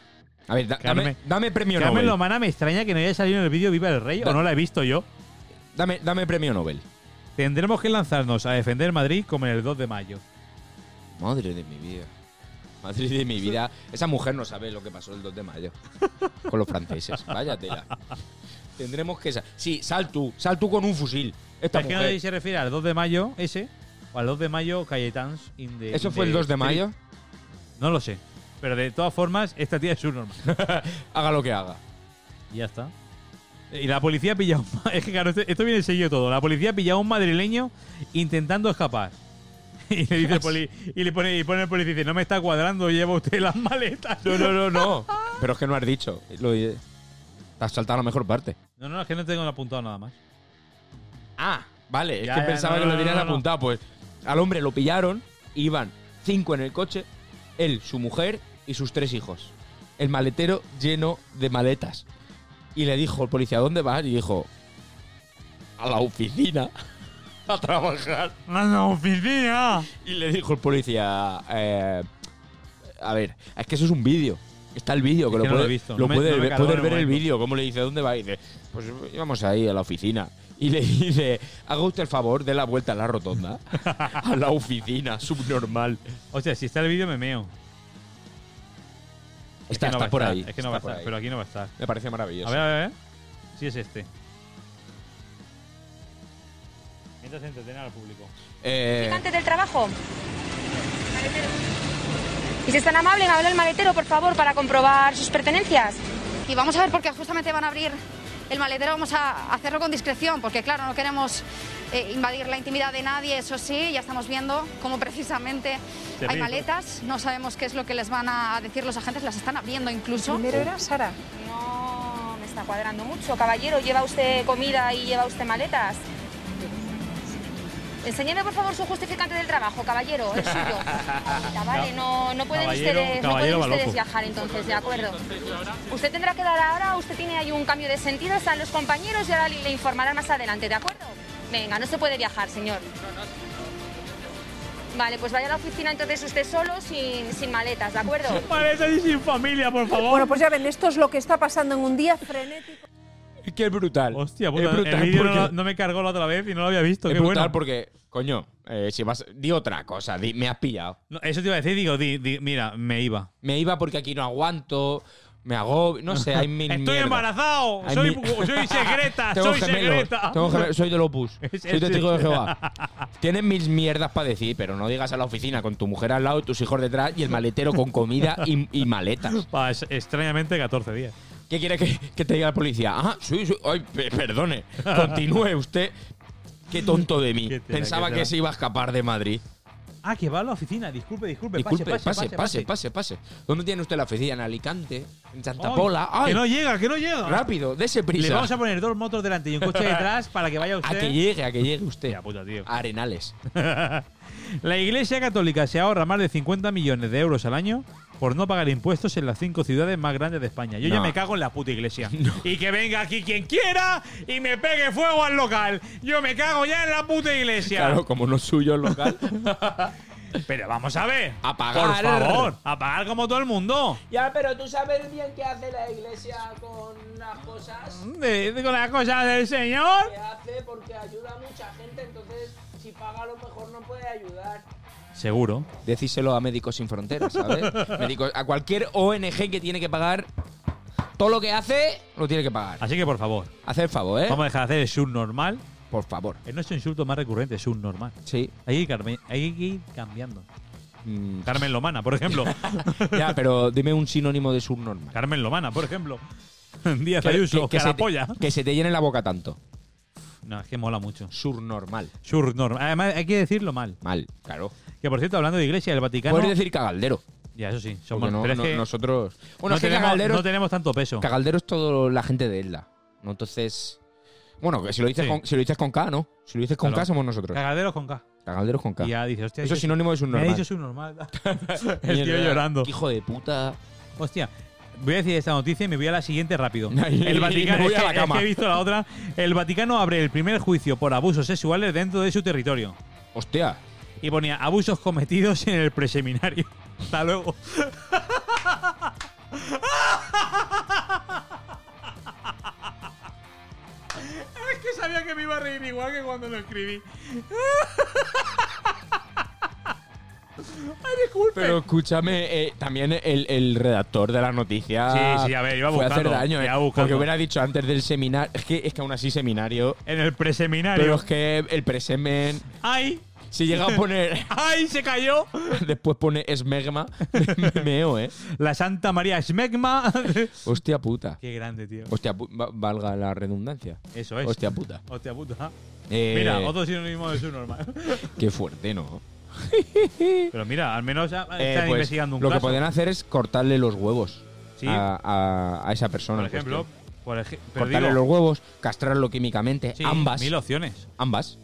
Speaker 16: A ver, da- dame,
Speaker 18: Carmen-
Speaker 16: dame premio
Speaker 18: Carmen
Speaker 16: Nobel.
Speaker 18: Lomana me extraña que no haya salido en el vídeo Viva el Rey
Speaker 16: Da-
Speaker 18: o no la he visto yo.
Speaker 16: Dame, dame premio Nobel.
Speaker 18: Tendremos que lanzarnos a defender Madrid como en el 2 de mayo.
Speaker 16: Madre de mi vida. Madre de mi vida. Esa mujer no sabe lo que pasó el 2 de mayo con los franceses. Vaya tela. Tendremos que. sa- Sí, sal tú. Sal tú con un fusil. Esta
Speaker 18: Es que no sé si
Speaker 16: mujer.
Speaker 18: se refiere al 2 de mayo ese o al 2 de mayo Cayetans in the-
Speaker 16: ¿Eso
Speaker 18: in
Speaker 16: fue el
Speaker 18: the
Speaker 16: 2 de
Speaker 18: street.
Speaker 16: mayo?
Speaker 18: No lo sé. Pero de todas formas, esta tía es un normal.
Speaker 16: Haga lo que haga.
Speaker 18: Y ya está. Y la policía ha pillado. un ma- Es que claro, este- esto viene seguido todo. La policía ha pillado a un madrileño intentando escapar. Y le dice el poli- y le pone, y pone el policía y dice, no me está cuadrando, lleva usted las maletas.
Speaker 16: No, no, no, no. Pero es que no has dicho. Lo, te has saltado la mejor parte.
Speaker 18: No, no, es que no tengo apuntado nada más.
Speaker 16: Ah, vale,
Speaker 18: Ya,
Speaker 16: es que
Speaker 18: ya,
Speaker 16: pensaba
Speaker 18: no,
Speaker 16: que
Speaker 18: no,
Speaker 16: lo tenían
Speaker 18: no, no.
Speaker 16: apuntado. Pues al hombre lo pillaron, iban cinco en el coche, él, su mujer y sus tres hijos. El maletero lleno de maletas. Y le dijo el policía, ¿dónde vas? Y dijo, a la oficina, a trabajar.
Speaker 18: ¡A la oficina!
Speaker 16: Y le dijo el policía, eh, a ver, es que eso es un vídeo. Está el vídeo, que,
Speaker 18: Es
Speaker 16: lo,
Speaker 18: que no lo
Speaker 16: puede-
Speaker 18: he visto,
Speaker 16: lo
Speaker 18: no me-
Speaker 16: puede
Speaker 18: no me
Speaker 16: ver-
Speaker 18: cargó
Speaker 16: puedes
Speaker 18: en el
Speaker 16: ver el
Speaker 18: momento.
Speaker 16: vídeo, cómo le dice, ¿dónde va? Y dice, pues íbamos ahí a la oficina. Y le dice, haga usted el favor, de la vuelta a la rotonda. a la oficina, subnormal.
Speaker 18: O sea, si está el vídeo me meo. Es
Speaker 16: Está,
Speaker 18: que no
Speaker 16: está
Speaker 18: va a
Speaker 16: por
Speaker 18: estar,
Speaker 16: ahí.
Speaker 18: Es que no
Speaker 16: está
Speaker 18: va a
Speaker 16: por
Speaker 18: estar,
Speaker 16: ahí.
Speaker 18: pero aquí no va a estar.
Speaker 16: Me parece maravilloso.
Speaker 18: A ver, a ver, a ver. Sí es este. Mientras entretener al público.
Speaker 16: Eh,
Speaker 6: antes del trabajo? Y si es tan amable, me habla el maletero, por favor, para comprobar sus pertenencias. Y vamos a ver, porque justamente van a abrir el maletero, vamos a hacerlo con discreción, porque claro, no queremos eh, invadir la intimidad de nadie, eso sí, ya estamos viendo cómo precisamente
Speaker 7: Se
Speaker 6: hay
Speaker 7: ríe.
Speaker 6: maletas, no sabemos qué es lo que les van a decir los agentes, las están abriendo incluso.
Speaker 7: Primero era
Speaker 6: Sara? No, me está cuadrando mucho, caballero, lleva usted comida y lleva usted maletas. Enséñeme por favor su justificante del trabajo, caballero, el suyo. Ya, vale, no, no pueden
Speaker 7: Caballero-
Speaker 6: ustedes, no
Speaker 7: caballero
Speaker 6: pueden
Speaker 7: va
Speaker 6: ustedes
Speaker 7: loco.
Speaker 6: viajar entonces, de acuerdo. Usted tendrá que dar ahora, usted tiene ahí un cambio de sentido, están los compañeros y ahora le informarán más adelante, ¿de acuerdo? Venga, no se puede viajar, señor. Vale, pues vaya a la oficina entonces usted solo, sin, sin maletas, ¿de acuerdo?
Speaker 18: Maletas y sin familia, por favor.
Speaker 7: Bueno, pues ya ven, esto es lo que está pasando en un día frenético.
Speaker 16: Qué brutal.
Speaker 18: Hostia,
Speaker 16: Es
Speaker 18: puta,
Speaker 16: brutal
Speaker 18: el vídeo no,
Speaker 16: porque-
Speaker 18: lo- no me cargó la otra vez y no lo había visto.
Speaker 16: Es
Speaker 18: Qué
Speaker 16: brutal
Speaker 18: bueno.
Speaker 16: porque, coño, eh, si vas, di otra cosa, di- me has pillado.
Speaker 18: No, eso te iba a decir, digo, di- di- mira, me iba.
Speaker 16: Me iba porque aquí no aguanto, me agobio, no sé, hay mil
Speaker 18: Estoy
Speaker 16: mierdas.
Speaker 18: embarazado,
Speaker 16: Hay
Speaker 18: soy,
Speaker 16: mil-
Speaker 18: soy secreta,
Speaker 16: Tengo
Speaker 18: soy
Speaker 16: gemelos,
Speaker 18: secreta.
Speaker 16: tengo gemelos, soy del Opus,
Speaker 18: Es-
Speaker 16: soy
Speaker 18: es-
Speaker 16: testigo de Jehová. Tienes mis mierdas para decir, pero no digas a la oficina con tu mujer al lado, tus hijos detrás y el maletero con comida y, y maletas.
Speaker 18: Pa, es- extrañamente 14 días.
Speaker 16: ¿Qué quiere que, que te diga la policía? Ah, sí, sí, ay, pe- perdone, continúe usted. Qué tonto de mí.
Speaker 18: tela,
Speaker 16: Pensaba
Speaker 18: qué
Speaker 16: que
Speaker 18: tela.
Speaker 16: se iba a escapar de Madrid.
Speaker 18: Ah, que va a la oficina, disculpe, disculpe.
Speaker 16: Disculpe, pase, pase, pase, pase, ¿Dónde tiene usted la oficina? En Alicante, en Santa
Speaker 18: Ay,
Speaker 16: Pola. ¡Ay!
Speaker 18: que no llega, que no llega.
Speaker 16: Rápido, dése prisa.
Speaker 18: Le vamos a poner dos motos delante y un coche detrás para que vaya usted.
Speaker 16: A que llegue, a que llegue usted.
Speaker 18: Ya, puta, tío.
Speaker 16: A Arenales.
Speaker 18: La Iglesia Católica se ahorra más de 50 millones de euros al año por no pagar impuestos en las cinco ciudades más grandes de España. Yo ya
Speaker 16: No.
Speaker 18: me cago en la puta iglesia. Y que venga aquí quien quiera y me pegue fuego al local. Yo me cago ya en la puta iglesia.
Speaker 16: Claro, como no es suyo el local.
Speaker 18: Pero vamos a ver.
Speaker 16: A pagar.
Speaker 18: Por favor, a pagar como todo el mundo.
Speaker 1: Ya, pero tú sabes bien qué hace la iglesia con las cosas.
Speaker 18: De- de- con las cosas del Señor.
Speaker 1: Que hace porque ayuda a mucha gente, entonces si paga a lo mejor no puede ayudar.
Speaker 18: Seguro.
Speaker 16: Decíselo a Médicos Sin Fronteras, ¿sabes? Médicos- a cualquier ONG que tiene que pagar todo lo que hace, lo tiene que pagar.
Speaker 18: Así que por favor,
Speaker 16: Hacer el favor, ¿eh?
Speaker 18: vamos a dejar de hacer el subnormal.
Speaker 16: Por favor.
Speaker 18: Es nuestro insulto más recurrente, subnormal.
Speaker 16: Sí.
Speaker 18: Hay que ir, carme- hay que ir cambiando.
Speaker 16: Mm,
Speaker 18: Carmen Lomana, por ejemplo.
Speaker 16: ya, pero dime un sinónimo de subnormal.
Speaker 18: Carmen Lomana, por ejemplo. Díaz
Speaker 16: Que-
Speaker 18: Ayuso,
Speaker 16: que- que se te-
Speaker 18: Carapolla.
Speaker 16: que se te llene la boca tanto.
Speaker 18: No, es que mola mucho.
Speaker 16: Subnormal.
Speaker 18: Subnormal. Además, hay que decirlo mal.
Speaker 16: Mal, claro.
Speaker 18: Que por cierto, hablando de iglesia, el Vaticano.
Speaker 16: Puedes decir cagaldero.
Speaker 18: Ya, eso sí.
Speaker 16: Porque
Speaker 18: Somos,
Speaker 16: no-
Speaker 18: pero es
Speaker 16: no-
Speaker 18: que
Speaker 16: nosotros.
Speaker 18: no
Speaker 16: Bueno, es que
Speaker 18: tenemos,
Speaker 16: cagaldero,
Speaker 18: no tenemos tanto peso.
Speaker 16: cagaldero es toda la gente de Elda. ¿no? Entonces. Bueno, que si lo, dices
Speaker 18: Sí.
Speaker 16: con, si lo dices con K, ¿no? Si lo dices con
Speaker 18: Claro.
Speaker 16: K somos nosotros.
Speaker 18: Cagalderos con K.
Speaker 16: Cagalderos con K.
Speaker 18: Y ya dice, hostia.
Speaker 16: Eso es
Speaker 18: dice-
Speaker 16: sinónimo de
Speaker 18: Me ha
Speaker 16: subnormal.
Speaker 18: dicho subnormal. el tío
Speaker 16: Mierda,
Speaker 18: llorando.
Speaker 16: qué Hijo de puta.
Speaker 18: Hostia. Voy a decir esta noticia y me voy a la siguiente rápido.
Speaker 16: Ay,
Speaker 18: El Vaticano.
Speaker 16: me voy
Speaker 18: es
Speaker 16: a la
Speaker 18: que- es
Speaker 16: cama.
Speaker 18: que he visto la otra. El Vaticano abre el primer juicio por abusos sexuales dentro de su territorio.
Speaker 16: Hostia.
Speaker 18: Y ponía abusos cometidos en el preseminario. Hasta luego. Es que sabía que me iba a reír igual que cuando lo escribí. Ay, disculpe.
Speaker 16: Pero escúchame, eh, también el, el redactor de la noticia.
Speaker 18: Sí, sí, a ver, iba
Speaker 16: fue a hacer
Speaker 18: buscando,
Speaker 16: daño, eh,
Speaker 18: iba buscando.
Speaker 16: Porque hubiera dicho antes del seminario. Es que, es que aún así, seminario.
Speaker 18: en el preseminario.
Speaker 16: Pero es que el presemen.
Speaker 18: ¡Ay!
Speaker 16: Si llega a poner.
Speaker 18: ¡Ay! Se cayó.
Speaker 16: después pone esmegma. me meo, eh.
Speaker 18: La Santa María Smegma.
Speaker 16: Hostia puta.
Speaker 18: Qué grande, tío.
Speaker 16: Hostia, pu- va- valga la redundancia.
Speaker 18: Eso es.
Speaker 16: Hostia puta.
Speaker 18: Hostia puta.
Speaker 16: Eh,
Speaker 18: Mira, otro sinónimo de su normal.
Speaker 16: Qué fuerte, ¿no?
Speaker 18: Pero mira, al menos ya
Speaker 16: Eh,
Speaker 18: están
Speaker 16: pues,
Speaker 18: investigando un
Speaker 16: lo
Speaker 18: caso.
Speaker 16: que podrían hacer es cortarle los huevos
Speaker 18: Sí.
Speaker 16: a, a- a esa persona.
Speaker 18: por
Speaker 16: en
Speaker 18: ejemplo,
Speaker 16: cuestión.
Speaker 18: por ej- pero
Speaker 16: pues, cortarle
Speaker 18: digo-
Speaker 16: los huevos, castrarlo químicamente,
Speaker 18: sí,
Speaker 16: ambas.
Speaker 18: Mil opciones.
Speaker 16: Ambas.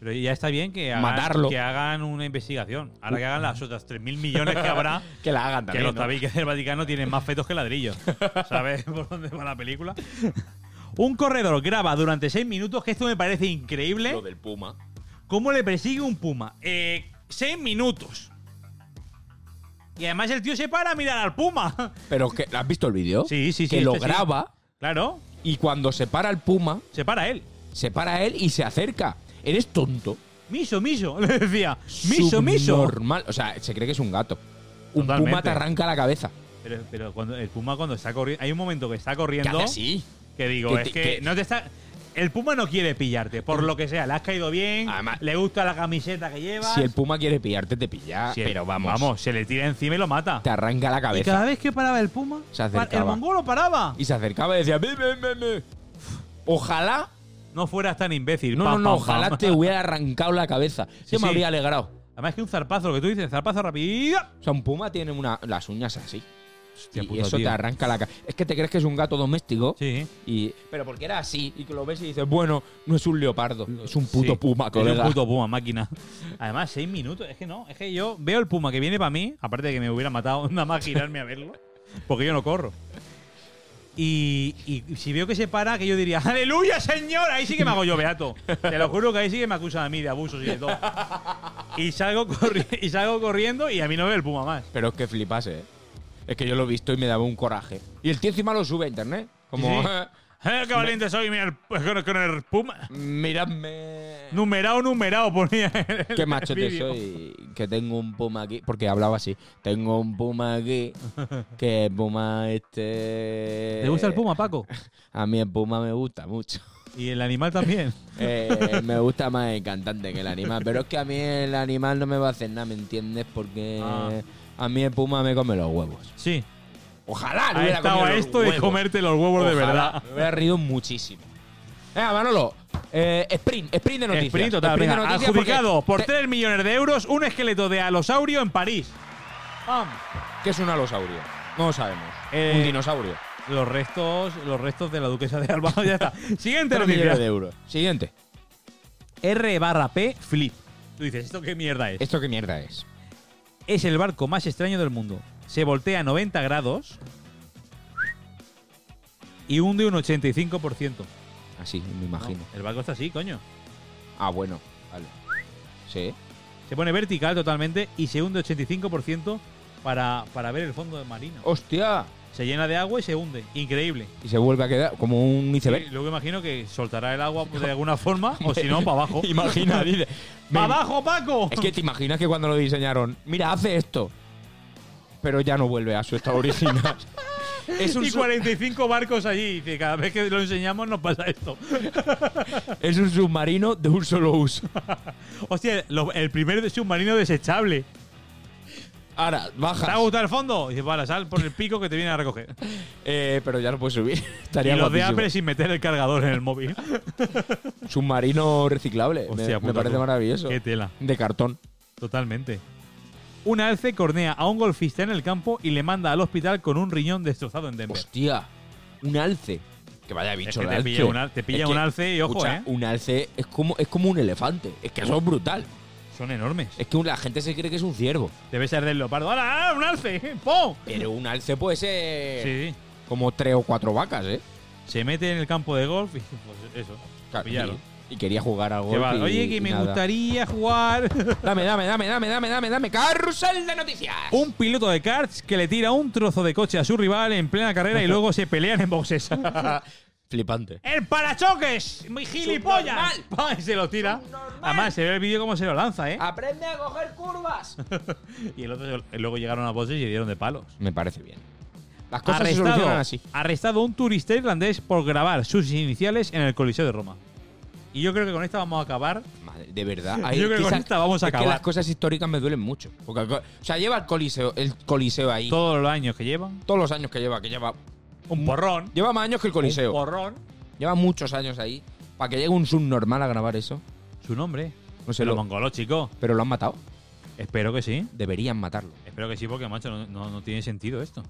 Speaker 18: Pero ya está bien que hagan,
Speaker 16: Matarlo. Uh.
Speaker 18: que hagan una investigación. Ahora que hagan las otras 3.000 millones que habrá,
Speaker 16: Que la hagan
Speaker 18: que
Speaker 16: también.
Speaker 18: los
Speaker 16: ¿no?
Speaker 18: tabiques del Vaticano tienen más fetos que ladrillos. ¿Sabes por dónde va la película? Un corredor graba durante 6 minutos, que esto me parece increíble,
Speaker 16: Lo del puma.
Speaker 18: cómo le persigue un puma. Eh, 6 minutos. Y además el tío se para a mirar al puma.
Speaker 16: Pero que, ¿has visto el vídeo?
Speaker 18: Sí, sí, sí,
Speaker 16: Oh, Que lo
Speaker 18: este sí.
Speaker 16: graba
Speaker 18: Claro,
Speaker 16: y cuando se para el puma,
Speaker 18: se para él.
Speaker 16: se para él y se acerca. Eres tonto.
Speaker 18: Miso, miso, le decía. Miso, miso.
Speaker 16: Normal. O sea, se cree que es un gato. Un
Speaker 18: Totalmente.
Speaker 16: puma te arranca la cabeza.
Speaker 18: Pero, pero cuando el Puma cuando está corriendo, hay un momento que está corriendo
Speaker 16: ¿Qué hace así?
Speaker 18: que digo,
Speaker 16: Que
Speaker 18: es
Speaker 16: te-
Speaker 18: que,
Speaker 16: que-
Speaker 18: no te está el Puma no quiere pillarte, por lo que sea. Le has caído bien, le gusta la camiseta que llevas.
Speaker 16: Si el puma quiere pillarte, te pilla.
Speaker 18: Si el-
Speaker 16: pero vamos.
Speaker 18: vamos, se le tira encima y lo mata.
Speaker 16: Te arranca la
Speaker 18: Y
Speaker 16: cabeza.
Speaker 18: cada vez que paraba el Puma,
Speaker 16: se
Speaker 18: pa- el
Speaker 16: acercaba.
Speaker 18: mongolo paraba.
Speaker 16: Y se acercaba y decía, "Ve, ve, ve, ve". Ojalá.
Speaker 18: No fueras tan imbécil.
Speaker 16: No,
Speaker 18: Pam,
Speaker 16: no, no,
Speaker 18: pam, pam.
Speaker 16: ojalá te hubiera arrancado la cabeza.
Speaker 18: Sí,
Speaker 16: Yo me
Speaker 18: sí.
Speaker 16: habría alegrado.
Speaker 18: Además que un zarpazo, lo que tú dices, zarpazo rápido.
Speaker 16: O sea, un puma tiene una, las uñas así.
Speaker 18: Hostia
Speaker 16: y
Speaker 18: puta,
Speaker 16: eso te
Speaker 18: tío.
Speaker 16: arranca la cabeza. Es que te crees que es un gato doméstico.
Speaker 18: Sí.
Speaker 16: Y, pero porque era así. Y que lo ves y dices, bueno, no es un leopardo. Es un puto
Speaker 18: Sí,
Speaker 16: puma, colega.
Speaker 18: Es un puto puma, máquina. Además, seis minutos. Es que no, es que yo veo el puma que viene para mí, aparte de que me hubiera matado nada más girarme a verlo, porque yo no corro. Y, y si veo que se para, que yo diría, ¡Aleluya, señor! Ahí sí que me hago yo beato. Te lo juro que ahí sí que me acusan a mí de abusos y de todo. Y salgo, corri- y salgo corriendo y a mí no veo el puma más.
Speaker 16: Pero es que flipase, ¿eh? Es que yo lo he visto y me daba un coraje. Y el tío encima lo sube a internet. Como.
Speaker 18: Sí, sí. Eh, ¡Qué valiente soy! Mira, el- con, con el puma.
Speaker 16: Miradme.
Speaker 18: Numerado, numerado, ponía. el- el
Speaker 16: Qué macho te
Speaker 18: vídeo.
Speaker 16: soy. Que tengo un puma aquí. Porque hablaba así. Tengo un puma aquí. Que el puma este.
Speaker 18: ¿Te gusta el puma, Paco?
Speaker 16: A mí el puma me gusta mucho.
Speaker 18: Y el animal también.
Speaker 16: Eh, me gusta más el cantante que el animal. Pero es que a mí el animal no me va a hacer nada, ¿me entiendes? Porque
Speaker 18: Ah.
Speaker 16: a mí el puma me come los huevos.
Speaker 18: Sí.
Speaker 16: Ojalá
Speaker 18: Ha
Speaker 16: no Ah, hubiera
Speaker 18: estado
Speaker 16: comido
Speaker 18: a
Speaker 16: los
Speaker 18: esto de
Speaker 16: huevos.
Speaker 18: comerte los huevos de
Speaker 16: Ojalá.
Speaker 18: verdad.
Speaker 16: Me hubiera rido muchísimo. Venga, Manolo. eh, sprint, sprint de noticias.
Speaker 18: Sprint total,
Speaker 16: Sprint de
Speaker 18: venga,
Speaker 16: noticias
Speaker 18: adjudicado por
Speaker 16: porque te-
Speaker 18: 3 millones de euros un esqueleto de alosaurio en París. Pam.
Speaker 16: ¿Qué es un alosaurio? No lo sabemos.
Speaker 18: Eh,
Speaker 16: un dinosaurio.
Speaker 18: Los restos, los restos de la duquesa de Alba. Ya está. Siguiente
Speaker 16: Tres millones de
Speaker 18: noticia.
Speaker 16: euros. Siguiente.
Speaker 18: R barra P Flip. Tú dices, ¿esto qué mierda es?
Speaker 16: ¿Esto qué mierda es?
Speaker 18: Es el barco más extraño del mundo. Se voltea a 90 grados y hunde un 85%.
Speaker 16: Así, me imagino.
Speaker 18: No, el barco está así, coño.
Speaker 16: Ah, bueno. Vale. Sí.
Speaker 18: Se pone vertical totalmente y se hunde 85% para, para ver el fondo marino.
Speaker 16: Oh. ¡Hostia!
Speaker 18: Se llena de agua y se hunde. Increíble.
Speaker 16: Y se vuelve a quedar como un iceberg.
Speaker 18: Y Luego imagino que soltará el agua de alguna forma o si no, para abajo.
Speaker 16: Imagina, dice.
Speaker 18: ¡Para abajo, Paco!
Speaker 16: Es que te imaginas que cuando lo diseñaron, mira, hace esto. Pero ya no vuelve a su estado original. es, un
Speaker 18: y
Speaker 16: su-
Speaker 18: 45 barcos allí. Y cada vez que lo enseñamos nos pasa esto.
Speaker 16: es un submarino de un solo uso.
Speaker 18: Hostia, lo- el primer submarino desechable.
Speaker 16: Ahora,
Speaker 18: ¿Te ha
Speaker 16: bajas.
Speaker 18: gustado el fondo? Y dice, vale, sal por el pico que te viene a recoger.
Speaker 16: eh, pero ya no puedes subir.
Speaker 18: Y
Speaker 16: Estaría
Speaker 18: los de
Speaker 16: guapísimo.
Speaker 18: Apple sin meter el cargador en el móvil.
Speaker 16: Submarino reciclable. Me-
Speaker 18: Hostia,
Speaker 16: me,
Speaker 18: puta,
Speaker 16: parece
Speaker 18: tú.
Speaker 16: maravilloso.
Speaker 18: Qué tela.
Speaker 16: De cartón.
Speaker 18: Totalmente. Un alce cornea a un golfista en el campo y le manda al hospital con un riñón destrozado en Denver.
Speaker 16: Hostia. Un alce. Que vaya bicho
Speaker 18: que
Speaker 16: el
Speaker 18: te
Speaker 16: alce.
Speaker 18: pilla un al- te pilla un alce y ojo, ¿eh?
Speaker 16: Un alce es como, es como un elefante. Es que eso es brutal.
Speaker 18: Son enormes.
Speaker 16: Es que la gente se cree que es un ciervo.
Speaker 18: Debe ser del leopardo. ¡Hala, un alce! ¡Pum!
Speaker 16: Pero un alce puede ser
Speaker 18: Sí, sí.
Speaker 16: como tres o cuatro vacas, ¿eh?
Speaker 18: Se mete en el campo de golf y pues eso.
Speaker 16: Claro,
Speaker 18: Pillado.
Speaker 16: Y, y quería jugar a golf.
Speaker 18: Que va,
Speaker 16: y-
Speaker 18: Oye, que
Speaker 16: y
Speaker 18: me
Speaker 16: nada.
Speaker 18: gustaría jugar.
Speaker 16: Dame, dame, dame, dame, dame, dame, dame. Carrusel de noticias.
Speaker 18: un piloto de karts que le tira un trozo de coche a su rival en plena carrera y luego se pelean en boxes.
Speaker 16: Flipante.
Speaker 18: ¡El parachoques! ¡Mi gilipollas! ¡Pam! Y se lo tira. Además, se ve el vídeo cómo se lo lanza, ¿eh?
Speaker 1: Aprende a coger curvas.
Speaker 18: Y el otro se- luego llegaron a boxes y dieron de palos.
Speaker 16: Me parece bien. Las cosas se solucionan así.
Speaker 18: arrestado un turista irlandés por grabar sus iniciales en el Coliseo de Roma. Y yo creo que con esta vamos a acabar.
Speaker 16: Madre, de verdad.
Speaker 18: Yo creo que con esta vamos a
Speaker 16: es que
Speaker 18: acabar.
Speaker 16: las cosas históricas me duelen mucho. Porque, o sea, lleva el coliseo, el coliseo ahí.
Speaker 18: Todos los años que llevan.
Speaker 16: todos los años que lleva, que lleva.
Speaker 18: Un porrón.
Speaker 16: Lleva más años que el
Speaker 18: Un
Speaker 16: coliseo.
Speaker 18: porrón.
Speaker 16: Lleva muchos años ahí. Para que llegue un subnormal a grabar eso.
Speaker 18: Su nombre.
Speaker 16: No sé,
Speaker 18: Los
Speaker 16: lo,
Speaker 18: mongolos, chico.
Speaker 16: pero lo han matado.
Speaker 18: Espero que sí.
Speaker 16: Deberían matarlo.
Speaker 18: Espero que sí, porque, macho, no, no- no tiene sentido esto.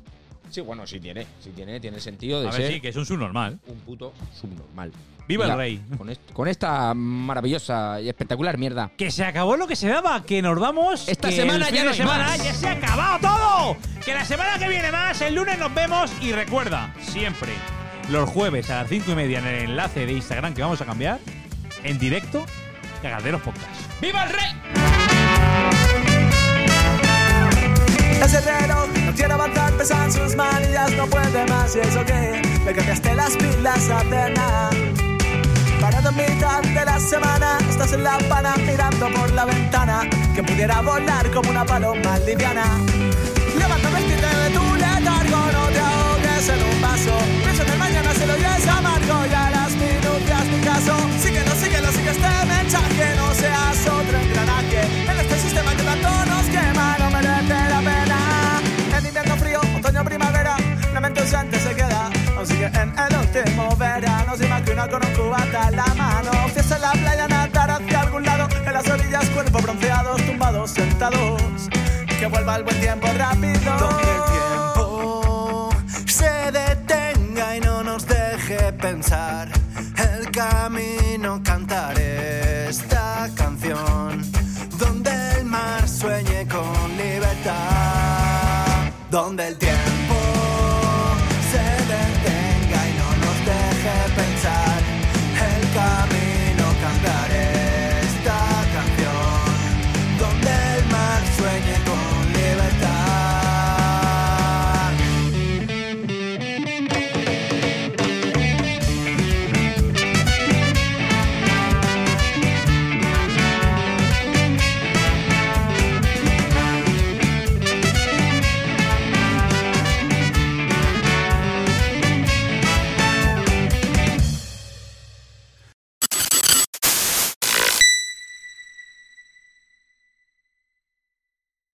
Speaker 16: Sí, bueno, sí tiene. Sí tiene, tiene sentido de
Speaker 18: A
Speaker 16: ser
Speaker 18: ver, sí, que es un subnormal.
Speaker 16: un puto subnormal.
Speaker 18: ¡Viva
Speaker 16: Mira,
Speaker 18: el rey!
Speaker 16: Con, est- con esta maravillosa y espectacular mierda.
Speaker 18: Que se acabó lo que se daba, que nos vamos.
Speaker 16: Esta
Speaker 18: que
Speaker 16: semana
Speaker 18: el fin
Speaker 16: ya no
Speaker 18: de
Speaker 16: hay
Speaker 18: semana
Speaker 16: más.
Speaker 18: ya se ha acabado todo. Que la semana que viene más, el lunes nos vemos y recuerda, siempre, los jueves a las 5 y media en el enlace de Instagram que vamos a cambiar, en directo, Cagaderos Podcast.
Speaker 1: ¡Viva el rey!
Speaker 9: Ese reloj no quiere avanzar, pesan sus manillas, no puede más. Y eso que le cargaste las pilas a cena. Parado en mitad de la semana, estás en la pana mirando por la ventana. Que pudiera volar como una paloma liviana. Levanta vestite de tu letargo, no te ahogues en un vaso. Piensa en el mañana, si lo ya es amargo, ya las minutas, mi casa este con un cubata en la mano. Fiesta en la playa, nadar hacia algún lado. En las orillas, cuerpo bronceados, tumbados, sentados. Que vuelva el buen tiempo rápido. Donde el tiempo
Speaker 10: se detenga y no nos deje pensar. El camino cantaré esta canción, donde el mar sueñe con libertad, donde el tiempo